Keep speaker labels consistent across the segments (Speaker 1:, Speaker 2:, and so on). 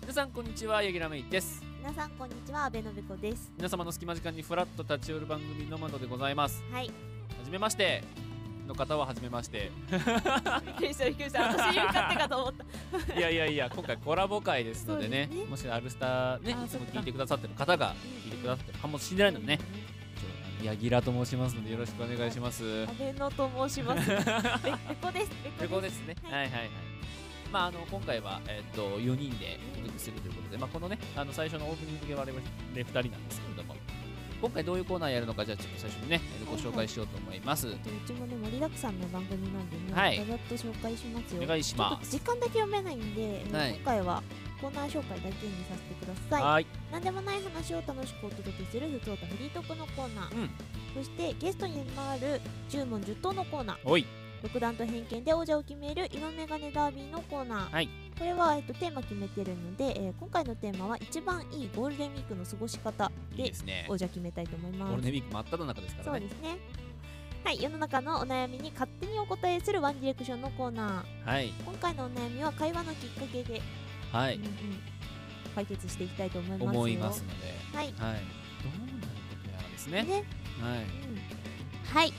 Speaker 1: 皆さんこんにちはヤギラメイです
Speaker 2: 皆さんこんにちは阿部のべこです
Speaker 1: 皆様の隙間時間にふらっと立ち寄る番組の窓でございます
Speaker 2: はい
Speaker 1: はじめましての方ははじめまして
Speaker 2: びっくりしたびっくりした 私言う勝手かと思った
Speaker 1: いやいやいや今回コラボ会ですのでね
Speaker 2: そうですね
Speaker 1: もしアルスターねい
Speaker 2: あー
Speaker 1: つも
Speaker 2: そっか
Speaker 1: 聞いてくださってる方が聞いてくださってるかもしれないのでねちょヤギラと申しますのでよろしくお願いします
Speaker 2: 阿部のと申し ますべべこですべ
Speaker 1: 旅
Speaker 2: こ
Speaker 1: 行
Speaker 2: で
Speaker 1: ですすね。
Speaker 2: は
Speaker 1: はいはいはい。まああの今回はえっと4人でお届けするということで、まあこのねあの最初のオープニングで我々で2人なんですけれども、今回どういうコーナーやるのかじゃあちょっと最初にねえーご紹介しようと思います。
Speaker 2: えっとうちもね盛りだくさんの番組なんでね、
Speaker 1: はい
Speaker 2: ざざっと紹介しますよ
Speaker 1: お願いしま
Speaker 2: ちょっと時間だけ読めないんで、
Speaker 1: はい
Speaker 2: 今回はコーナー紹介だけにさせてくだ
Speaker 1: す。
Speaker 2: さい
Speaker 1: はい。
Speaker 2: 何でもない話を楽しくお届けするふつおたフリートークのコーナー、
Speaker 1: うん
Speaker 2: そしてゲストに迫る10問10答のコーナー
Speaker 1: おい。
Speaker 2: 独断と偏見で王者を決める色眼鏡ダービーのコーナー、
Speaker 1: はい
Speaker 2: これは、えっと、テーマ決めてるので、えー今回のテーマは一番いいゴールデンウィークの過ごし方
Speaker 1: いい
Speaker 2: で
Speaker 1: ですね。ゴ
Speaker 2: 王者決めたいと思います
Speaker 1: ールデンウィーク真っ只中ですか
Speaker 2: そ
Speaker 1: ら
Speaker 2: う
Speaker 1: ね
Speaker 2: で。すねはい世の中のお悩みに勝手にお答えするワンディレクションのコーナ
Speaker 1: はい
Speaker 2: ー今回のお悩みは会話のきっかけで、
Speaker 1: は
Speaker 2: う
Speaker 1: い
Speaker 2: んうん解決していきたいと思いますよ
Speaker 1: 思いますので、
Speaker 2: はい
Speaker 1: はい。どうなることやらですね。
Speaker 2: ね
Speaker 1: はい。
Speaker 2: うんはい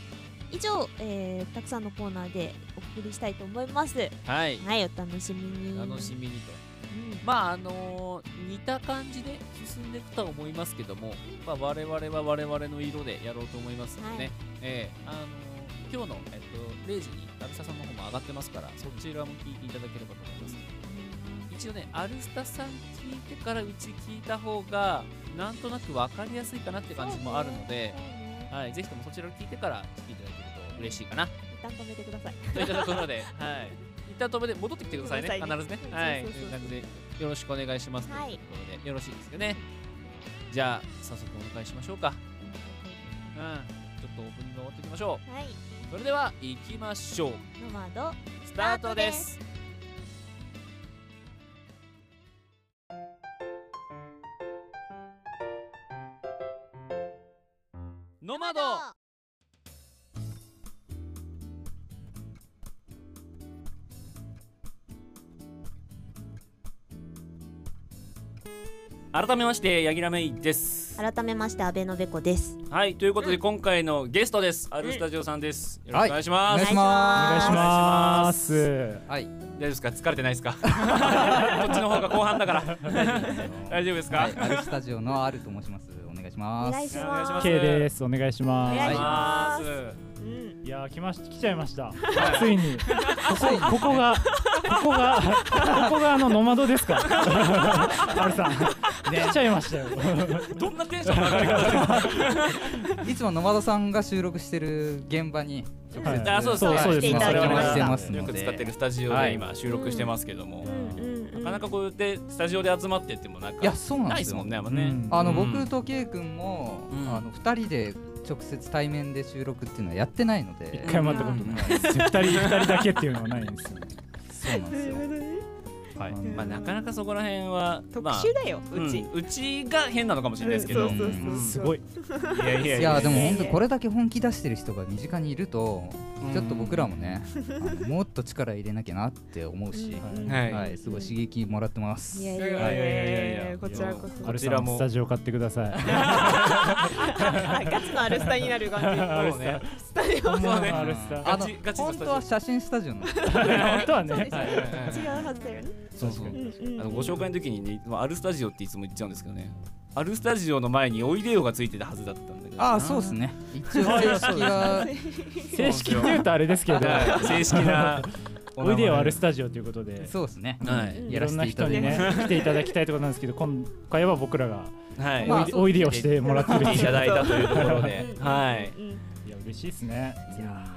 Speaker 2: 以上、えーたくさんのコーナーでお送りしたいと思います
Speaker 1: はい。
Speaker 2: はいお楽しみに
Speaker 1: 楽しみにと。
Speaker 2: うん
Speaker 1: まああのー似た感じで進んでいくとは思いますけども、まあ、我々は我々の色でやろうと思いますのでね、
Speaker 2: はい
Speaker 1: ええあのー今日の、えっと、0時にアルサさんの方も上がってますからそちらも聞いていただければと思います一応ねアルスタさん聞いてからうち聞いた方がなんとなく分かりやすいかなって感じもあるので、はい、ぜひともそちらを聞いてから聞いていただけると嬉しい かな
Speaker 2: 一旦止めてください。
Speaker 1: といったところで、はい、一旦止めて戻ってきてくださいね、
Speaker 2: ごめんなさ
Speaker 1: 必
Speaker 2: い
Speaker 1: ず
Speaker 2: ね
Speaker 1: ね。はい、
Speaker 2: そ
Speaker 1: と
Speaker 2: うそう
Speaker 1: い
Speaker 2: そううそう
Speaker 1: 感じでよろしくお願いしますと
Speaker 2: は
Speaker 1: いう
Speaker 2: い
Speaker 1: ところで、よろしいですかね。じゃあ早速お迎えしましょうか。うん、ちょっとオープニング終わっていきましょ
Speaker 2: はい、
Speaker 1: う。それでは行きましょう。
Speaker 2: ノマド。
Speaker 1: スタートです。ノマド。改めましてヤギラメイです。
Speaker 2: 改めまして、安倍のべこです。
Speaker 1: はい、ということで
Speaker 2: うん
Speaker 1: 今回のゲストです。あるスタジオさんです。よろしくお願いし
Speaker 3: お
Speaker 1: ま
Speaker 3: 願い
Speaker 1: す。
Speaker 3: します。
Speaker 2: お
Speaker 1: 願いしま
Speaker 3: お願いします。
Speaker 4: は
Speaker 1: 大
Speaker 4: い。
Speaker 1: 丈夫ですか？疲れてないですか？こっちの方が後半だから。 大丈夫ですか？
Speaker 4: はい、アルスタジオのアルと申します。お願いし
Speaker 2: お
Speaker 4: ま
Speaker 2: 願い
Speaker 4: す。
Speaker 2: します。
Speaker 3: K です。お願いし
Speaker 2: お
Speaker 3: ま
Speaker 2: 願いします
Speaker 1: お願いし
Speaker 2: す。うん。
Speaker 3: す。いやー来まし来ちゃいました。
Speaker 1: い
Speaker 3: ついにここここがここがここがあのノマドですか。アルさん来ちゃいましたよ。
Speaker 1: ますどんなテンションの上がり方
Speaker 4: いつもノマドさんが収録してる現場に直接、
Speaker 3: はい
Speaker 1: あそうです
Speaker 3: そうそうです
Speaker 2: 来ていただきました
Speaker 4: 来てます
Speaker 1: よ
Speaker 4: の
Speaker 1: く
Speaker 4: で。
Speaker 1: 使ってるスタジオ
Speaker 4: は
Speaker 1: で
Speaker 4: い
Speaker 1: 今収録してますけども、
Speaker 2: うんうん。
Speaker 1: なかなかこうやってスタジオで集まってってもなん
Speaker 4: いや
Speaker 1: か
Speaker 4: そうなん
Speaker 1: ない
Speaker 4: で
Speaker 1: ですす
Speaker 4: よ。
Speaker 1: もんね、あんまね
Speaker 3: うん。
Speaker 4: あの、
Speaker 1: うん
Speaker 4: 僕と K 君も、
Speaker 1: うん
Speaker 4: あの二人で直接対面で収録っていうのはやってないの
Speaker 3: 一
Speaker 4: で。
Speaker 3: 回も会ったことないです。二人二人だけっていうのはないんですよ。
Speaker 4: そうなんですよ。
Speaker 1: はい。
Speaker 4: うん
Speaker 1: まあなかなかそこら辺は
Speaker 2: 特
Speaker 1: まあ
Speaker 2: 殊だよ、
Speaker 1: うん
Speaker 2: うち。
Speaker 1: うちが変なのかもしれないですけど、
Speaker 4: うんそうそうそう
Speaker 1: うん
Speaker 3: すごい。
Speaker 1: いやいや
Speaker 4: いやでも本当これだけ本気出してる人が身近にいると、
Speaker 1: うん
Speaker 4: ちょっと僕らもね、あのもっと力入れなきゃなって思うし、
Speaker 2: うん
Speaker 1: はい、
Speaker 4: はい、すごい刺激もらってます。
Speaker 2: いやいやいやいやいやいや、こちらこ
Speaker 3: ア
Speaker 2: そ。
Speaker 3: ルさんスタジオ買ってください。
Speaker 2: あガチのアルスタになる
Speaker 3: ア
Speaker 2: 感
Speaker 3: ルスタ。
Speaker 2: じ。スタジオ。
Speaker 3: 本物のアルスタ。
Speaker 1: ガ
Speaker 4: あの
Speaker 1: チガチのスタジオ
Speaker 4: 本当は写真スタジオの。
Speaker 3: 本当
Speaker 2: そ
Speaker 3: は
Speaker 2: うで
Speaker 3: ね
Speaker 2: す。
Speaker 1: は
Speaker 2: よ
Speaker 1: いはいはい
Speaker 2: 違うはずだよね。
Speaker 4: そうそう
Speaker 3: 確かに
Speaker 2: うんうん
Speaker 1: あのご紹介の時にね、まあ、アルスタジオっていつも言っちゃうんですけどねアルスタジオの前においでよがついてたはずだったんだけどな
Speaker 4: ああ、そうですね。一応正式が。
Speaker 3: 正式って言うとあれですけど、
Speaker 1: はい正式な
Speaker 3: おいでよアル
Speaker 1: ス
Speaker 3: スタジオということで。
Speaker 4: そうですね。
Speaker 1: はい
Speaker 2: うん
Speaker 4: や
Speaker 3: い
Speaker 4: ら
Speaker 3: ろん
Speaker 4: せ
Speaker 3: な
Speaker 4: てい
Speaker 3: 人
Speaker 4: ただ
Speaker 3: に
Speaker 4: きま
Speaker 3: ね
Speaker 4: す。
Speaker 3: 来ていただきたいところなんですけど今回は僕らが
Speaker 1: はい、
Speaker 4: まあ
Speaker 3: おいでおいでをしてもらってる
Speaker 1: おいでいただいたというところ
Speaker 2: う
Speaker 1: で
Speaker 2: んうん
Speaker 1: はい。
Speaker 2: うんうん
Speaker 3: いや嬉しいですねいや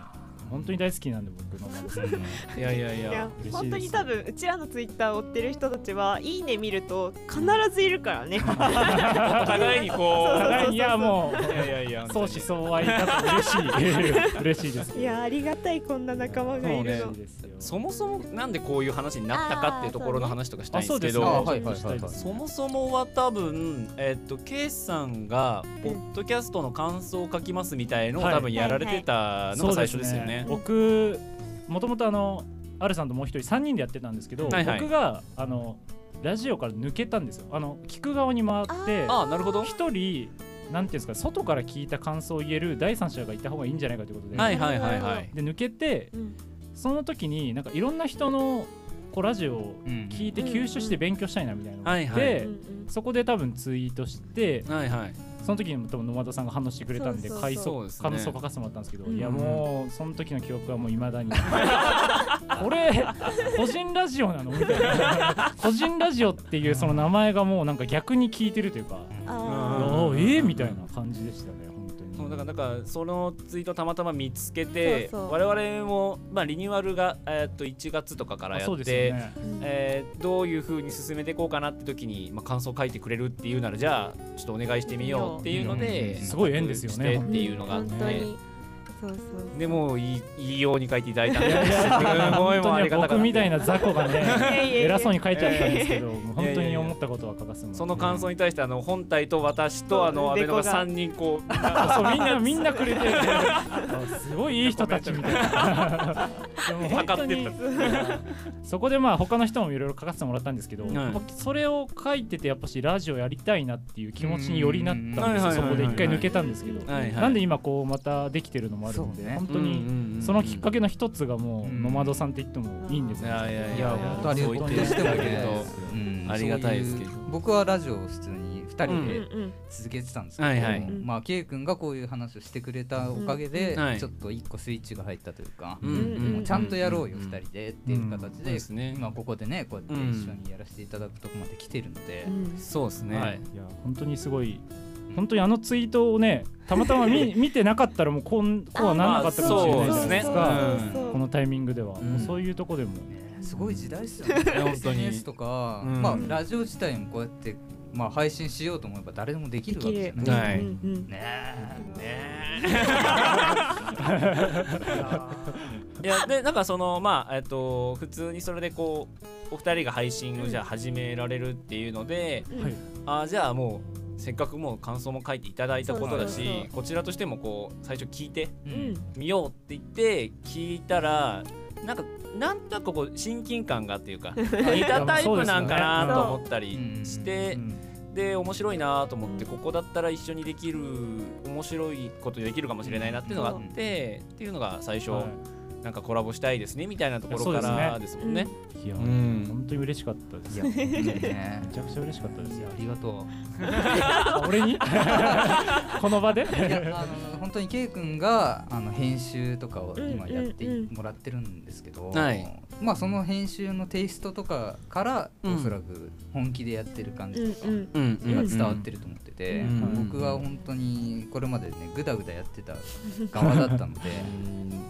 Speaker 3: 本当に大好きなんで僕の番組
Speaker 1: いやいやい
Speaker 2: いや
Speaker 1: や
Speaker 3: 嬉しいです
Speaker 2: 本当に多分うちらのツイッターを追ってる人たちはいいね見ると必ずいるからね
Speaker 1: お互いにこう
Speaker 3: 互いにいやも
Speaker 1: いやいやいや
Speaker 3: う相思相愛だと嬉しい嬉しいです
Speaker 2: いやありがたいこんな仲間がいる
Speaker 1: そ
Speaker 2: の、
Speaker 3: 嬉しいですよ
Speaker 1: そもそもなんでこういう話になったかっていうところの話とかしたいんですけ
Speaker 4: あ
Speaker 1: ど
Speaker 4: そうですねはいはいはいはい
Speaker 1: そもそもは多分えっとケイさんがポッドキャストの感想を書きますみたいのを
Speaker 3: はい
Speaker 1: 多分やられてたのが最初ですよね。
Speaker 3: 僕もともとあのアルさんともう一人3人でやってたんですけど、
Speaker 1: はいはい
Speaker 3: 僕があのラジオから抜けたんですよあの聞く側に回って
Speaker 1: ああなるほど
Speaker 3: 一人なんていうんですか外から聞いた感想を言える第三者がいた方がいいんじゃないかということで,、
Speaker 1: はいはいはいはい
Speaker 3: で抜けて
Speaker 2: うん
Speaker 3: その時になんかいろんな人のこうラジオを
Speaker 4: うん
Speaker 3: 聞いて吸収して勉強したいなみたいなのがあって、
Speaker 1: はいはい
Speaker 2: うんうん
Speaker 3: そこで多分ツイートして
Speaker 1: はいはい
Speaker 3: その時にも多分野和田さんが反応してくれたんで
Speaker 2: そうそうそう
Speaker 3: 回
Speaker 1: そう
Speaker 3: 想
Speaker 1: ですね
Speaker 3: 感想書かせてもらったんですけど、
Speaker 2: うん
Speaker 3: いやもうその時の記憶はもういまだに これ個人ラジオなのみたいな個人ラジオっていうその名前がもうなんか逆に聞いてるというか、あ
Speaker 2: あ
Speaker 3: ーえーみたいな感じでしたね本当に
Speaker 1: そうだからなんかそのツイートたまたま見つけて
Speaker 2: そうそう
Speaker 1: 我々も、まあ、リニューアルが、えーっと1月とかから
Speaker 3: あ
Speaker 1: や
Speaker 3: そ
Speaker 1: っ
Speaker 3: うです
Speaker 1: て、
Speaker 3: よね
Speaker 2: ーうん
Speaker 1: えーどういう風に進めていこうかなって時に、まあ、感想書いてくれるっていうならじゃあちょっとお願いしてみようっていうので、
Speaker 4: うん
Speaker 3: すごい縁ですよね
Speaker 1: してっていうのがあっ
Speaker 2: 本当
Speaker 1: て
Speaker 2: にそうそうそう
Speaker 1: でもういいいいように書いていただいたんですごい
Speaker 3: 本
Speaker 1: もうあ
Speaker 3: 当
Speaker 1: り
Speaker 3: に
Speaker 1: がたか
Speaker 3: 僕みたい
Speaker 1: っ
Speaker 3: な雑魚が
Speaker 2: いやいやい
Speaker 3: ね
Speaker 2: や
Speaker 3: 偉そうに書いてあったんですけど、もう
Speaker 1: いや
Speaker 3: 本
Speaker 1: いや
Speaker 3: 当
Speaker 1: いや
Speaker 3: に思ったことは書かせてもらって
Speaker 1: たその感想に対してあの本体と私とあの阿部のが3人こう
Speaker 3: そうみんなみんなくれてるすごいいい人たちみたい なでも本当にそこでまあ他の人もいろいろ書かせてもらったんですけど、
Speaker 1: うん
Speaker 3: やっぱそれを書いててやっぱしラジオやりたいなっていう気持ちによりなったんですよ
Speaker 1: うん
Speaker 3: そこで一回抜けたんですけど、
Speaker 1: はいはい
Speaker 3: なんで今こうまたできてるのもあるの
Speaker 4: そ
Speaker 3: で、
Speaker 4: うね
Speaker 3: 本当にそのきっかけの一つがもう
Speaker 4: うん
Speaker 3: ノマドさんって言ってもいいんです
Speaker 1: い
Speaker 3: よ、
Speaker 1: やいやいや
Speaker 3: いや
Speaker 4: 本当ありが
Speaker 3: そう
Speaker 4: とう
Speaker 3: 言
Speaker 4: と
Speaker 3: っ
Speaker 4: してても
Speaker 1: いただける
Speaker 4: う
Speaker 1: と
Speaker 4: ん
Speaker 1: ありがたいですけど
Speaker 4: そうう僕はラジオを普通に2人
Speaker 2: う
Speaker 4: で
Speaker 2: んうん
Speaker 4: 続けてたんですけど、
Speaker 1: はいはい
Speaker 4: まあ K 君がこういう話をしてくれたおかげで、
Speaker 1: うんはい
Speaker 4: ちょっと一個スイッチが入ったというか、
Speaker 1: うん
Speaker 2: うん
Speaker 4: もうちゃんとやろうよ
Speaker 1: ん
Speaker 4: 2人でっていう形
Speaker 1: そう
Speaker 4: で、
Speaker 1: ですね
Speaker 4: 今ここでねこうやって一緒にやらせていただくとこまで来てるので、
Speaker 2: うん
Speaker 1: そうですね、
Speaker 3: はい、いや本当にすごい本当にあのツイートをねたまたま見見てなかったらもうこんこうはならなかったかもしれないじゃないです
Speaker 1: あ
Speaker 3: か。
Speaker 1: そうですね
Speaker 2: そうそうそう
Speaker 3: このタイミングでは、
Speaker 1: うん
Speaker 3: もうそういうとこでも、
Speaker 4: ねすごい時代ですよね
Speaker 1: や本当に
Speaker 4: SNS とか、
Speaker 1: うん
Speaker 4: まあ、ラジオ自体もこうやって、まあ、配信しようと思えば誰でもできるわけじゃない
Speaker 1: できるはい
Speaker 2: うんうん
Speaker 4: ねえ
Speaker 1: いやでなんかそのまあえっと普通にそれでこうお二人が配信をじゃあ始められるっていうので、
Speaker 2: うん
Speaker 3: はい
Speaker 1: あーじゃあもうせっかくもう感想も書いていただいたことだし
Speaker 2: そうそうそう
Speaker 1: こちらとしてもこう最初聞いて
Speaker 2: うん
Speaker 1: みようって言って聞いたらなんかなんとなくこう親近感がっていう か似たタイプなんかなと思ったりして
Speaker 3: うん
Speaker 1: で面白いなと思ってここだったら一緒にできる面白いことできるかもしれないなっていうのがあってっていうのが最初
Speaker 3: は
Speaker 1: なんかコラボしたいですねみたいなところか
Speaker 3: いや
Speaker 1: ら
Speaker 3: そう
Speaker 1: ですもんね。
Speaker 3: い、いや、
Speaker 1: ん
Speaker 3: 本当に嬉しかったです
Speaker 4: いや本当にね
Speaker 3: めちゃくちゃ嬉しかったですよ
Speaker 4: ありがと
Speaker 3: あ俺にこの場で
Speaker 4: ういやあの本当に K 君があの編集とかを今やって
Speaker 2: うんうんうん
Speaker 4: もらってるんですけど、
Speaker 1: はい
Speaker 4: まあその編集のテイストとかから、
Speaker 1: うん
Speaker 4: おそらく本気でやってる感
Speaker 2: う
Speaker 4: じ
Speaker 2: ん
Speaker 4: とか、
Speaker 2: うん
Speaker 1: うん
Speaker 4: 今伝わっ
Speaker 1: る
Speaker 4: てると思ってて、
Speaker 2: うん
Speaker 4: 僕は本当にこれまでねぐだぐだやってた側だったの で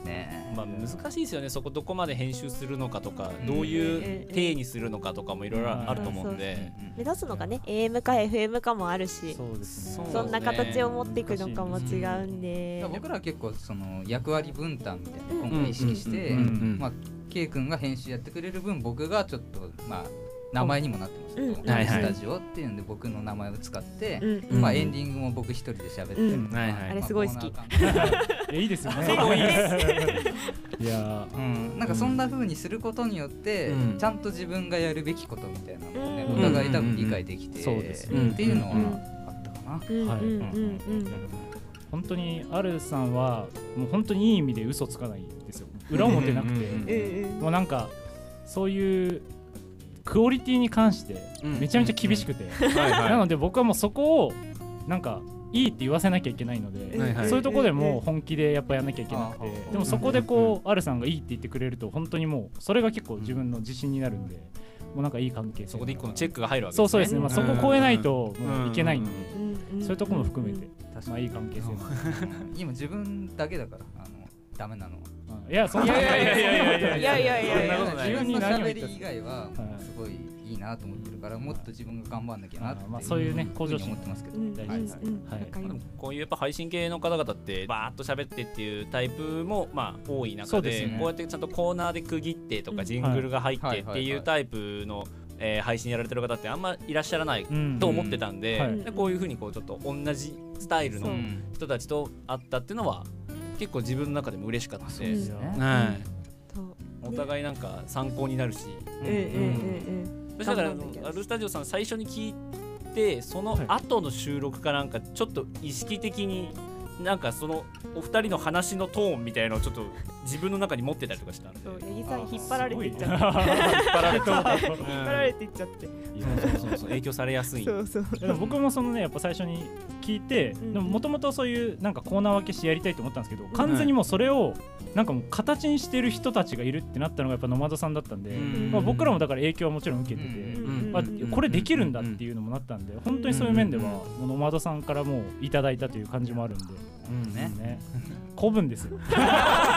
Speaker 4: ね
Speaker 1: まあ、難しいですよねそこどこまで編集するのかとか
Speaker 4: うん
Speaker 1: どういう体にするのかとかもいろいろあると思うん
Speaker 4: え
Speaker 1: で
Speaker 2: 目指すのがね AM か FM かもあるし
Speaker 3: そうですね
Speaker 2: そんな形を持っていくのかも違うんで
Speaker 4: 僕らは結構その役割分担みたいな今回意識して、
Speaker 1: うんうんうん
Speaker 4: まあ、K 君が編集やってくれる分僕がちょっとまあ名前にもなってますけど、
Speaker 2: うん
Speaker 1: はいはい
Speaker 4: スタジオっていうんで僕の名前を使って
Speaker 2: う、んうん
Speaker 4: まあ、エンディングも僕一人で喋って、
Speaker 2: うん
Speaker 1: はいはい
Speaker 4: ま
Speaker 2: あれすごい好き
Speaker 4: コーナー感
Speaker 3: いやいいですよね
Speaker 1: ごいいい
Speaker 3: いや
Speaker 4: うん、なんかそんな風にすることによって、
Speaker 1: うん
Speaker 4: ちゃんと自分がやるべきことみたいなのをね、
Speaker 2: うん
Speaker 4: お互い多分理解できて、
Speaker 3: うんそうです
Speaker 1: ね
Speaker 4: っていうのはあったかな。
Speaker 2: うんうん
Speaker 3: はい
Speaker 2: うんうん
Speaker 3: 本当にアルさんはもう本当にいい意味で嘘つかないんですよ裏表なくて、
Speaker 1: うんうん
Speaker 2: うんうん
Speaker 3: もうなんかそういうクオリティに関して
Speaker 1: うん
Speaker 3: めちゃめちゃ厳しくて、
Speaker 1: はいはい
Speaker 3: なので僕はもうそこをなんかいいって言わせなきゃいけないので、
Speaker 1: はいはい
Speaker 3: そういうところでもう本気でやっぱやんなきゃいけなく
Speaker 4: う
Speaker 3: て、
Speaker 4: んうん
Speaker 3: でもそこでこう、アルさんがいいって言ってくれると本当にもうそれが結構自分の自信になるんで、もうなんかいい関係性
Speaker 1: そこで一個のチェックが入るわけ
Speaker 3: そうそうですね、まあ、そこ超えないと
Speaker 1: ん
Speaker 3: もういけないんで、
Speaker 2: うんうん
Speaker 3: そういうところも含めて、
Speaker 4: 確
Speaker 3: まあいい関係性なん で、
Speaker 4: 今自分だけだからあのダメなのは。
Speaker 3: うんいやそんなことない
Speaker 1: いやいやいやいやいや
Speaker 2: いやいやいやいや
Speaker 1: そんなことない
Speaker 4: 自分の喋り以外は
Speaker 3: はい
Speaker 4: すごいいいなと思ってるから、もっと自分が頑張んなきゃなって
Speaker 3: あーまあそういうね
Speaker 4: ふに
Speaker 3: 向上心
Speaker 4: 思ってますけど。
Speaker 2: うん
Speaker 3: 大
Speaker 4: は
Speaker 3: 事
Speaker 4: い
Speaker 3: です
Speaker 2: うんうん
Speaker 3: はい
Speaker 2: わかり
Speaker 1: で
Speaker 2: ま
Speaker 1: も
Speaker 2: す
Speaker 1: こういうやっぱ配信系の方々ってバーッと喋ってっていうタイプもまあ多い
Speaker 3: そ
Speaker 1: 中
Speaker 3: うで
Speaker 1: です
Speaker 3: ね
Speaker 1: こうやってちゃんとコーナーで区切ってと
Speaker 2: う
Speaker 1: か
Speaker 2: ん
Speaker 1: ジングルが入っ
Speaker 4: は
Speaker 1: て
Speaker 4: い
Speaker 1: っていうタイプの、えー配信やられてる方ってあんまいらっしゃらない
Speaker 3: うん
Speaker 1: と思ってたんで,、
Speaker 3: うんはい
Speaker 1: でこういうふうにこうちょっと同じスタイル
Speaker 4: う
Speaker 1: の
Speaker 4: ん
Speaker 1: 人たちと会ったっていうのは結構自分の中でも嬉しかったん
Speaker 4: そう
Speaker 1: で
Speaker 4: で
Speaker 2: ん
Speaker 4: すね。
Speaker 1: はい
Speaker 2: そう
Speaker 1: お互いなんか参考になるし、
Speaker 2: うんうんうんうん
Speaker 1: だ私だからあ
Speaker 2: 頑張んなきゃ
Speaker 1: のアルスタジオさん最初に聞いてその後の収録かなんかちょっと意識的になんかそのお二人の話のトーンみたいのをちょっと自分の中に持ってたりとかしたんで
Speaker 5: そう
Speaker 1: 引っ
Speaker 5: 八木さん引っ張られていっちゃって
Speaker 1: 張られて
Speaker 3: すごい
Speaker 5: 引っ張られていっちゃって
Speaker 1: そうそうそう影響されやすい
Speaker 5: そうそう
Speaker 3: でも僕もそのねやっぱ最初に聞いて、
Speaker 5: ん
Speaker 3: でももともとそういうなんかコーナー分けしてやりたいと思ったんですけど完全にもうそれをなんかもう形にしてる人たちがいるってなったのがやっぱノマドさんだったんで、
Speaker 1: うん
Speaker 3: まあ、僕らもだから影響はもちろん受けてて、
Speaker 4: うん
Speaker 1: ん
Speaker 3: まあ
Speaker 5: うんうんう、ん
Speaker 3: これできるんだっていうのもなったんで本当にそういう面ではもうノマドさんからもういただいたという感じもあるんで、
Speaker 4: うんね
Speaker 3: ね古文ですよ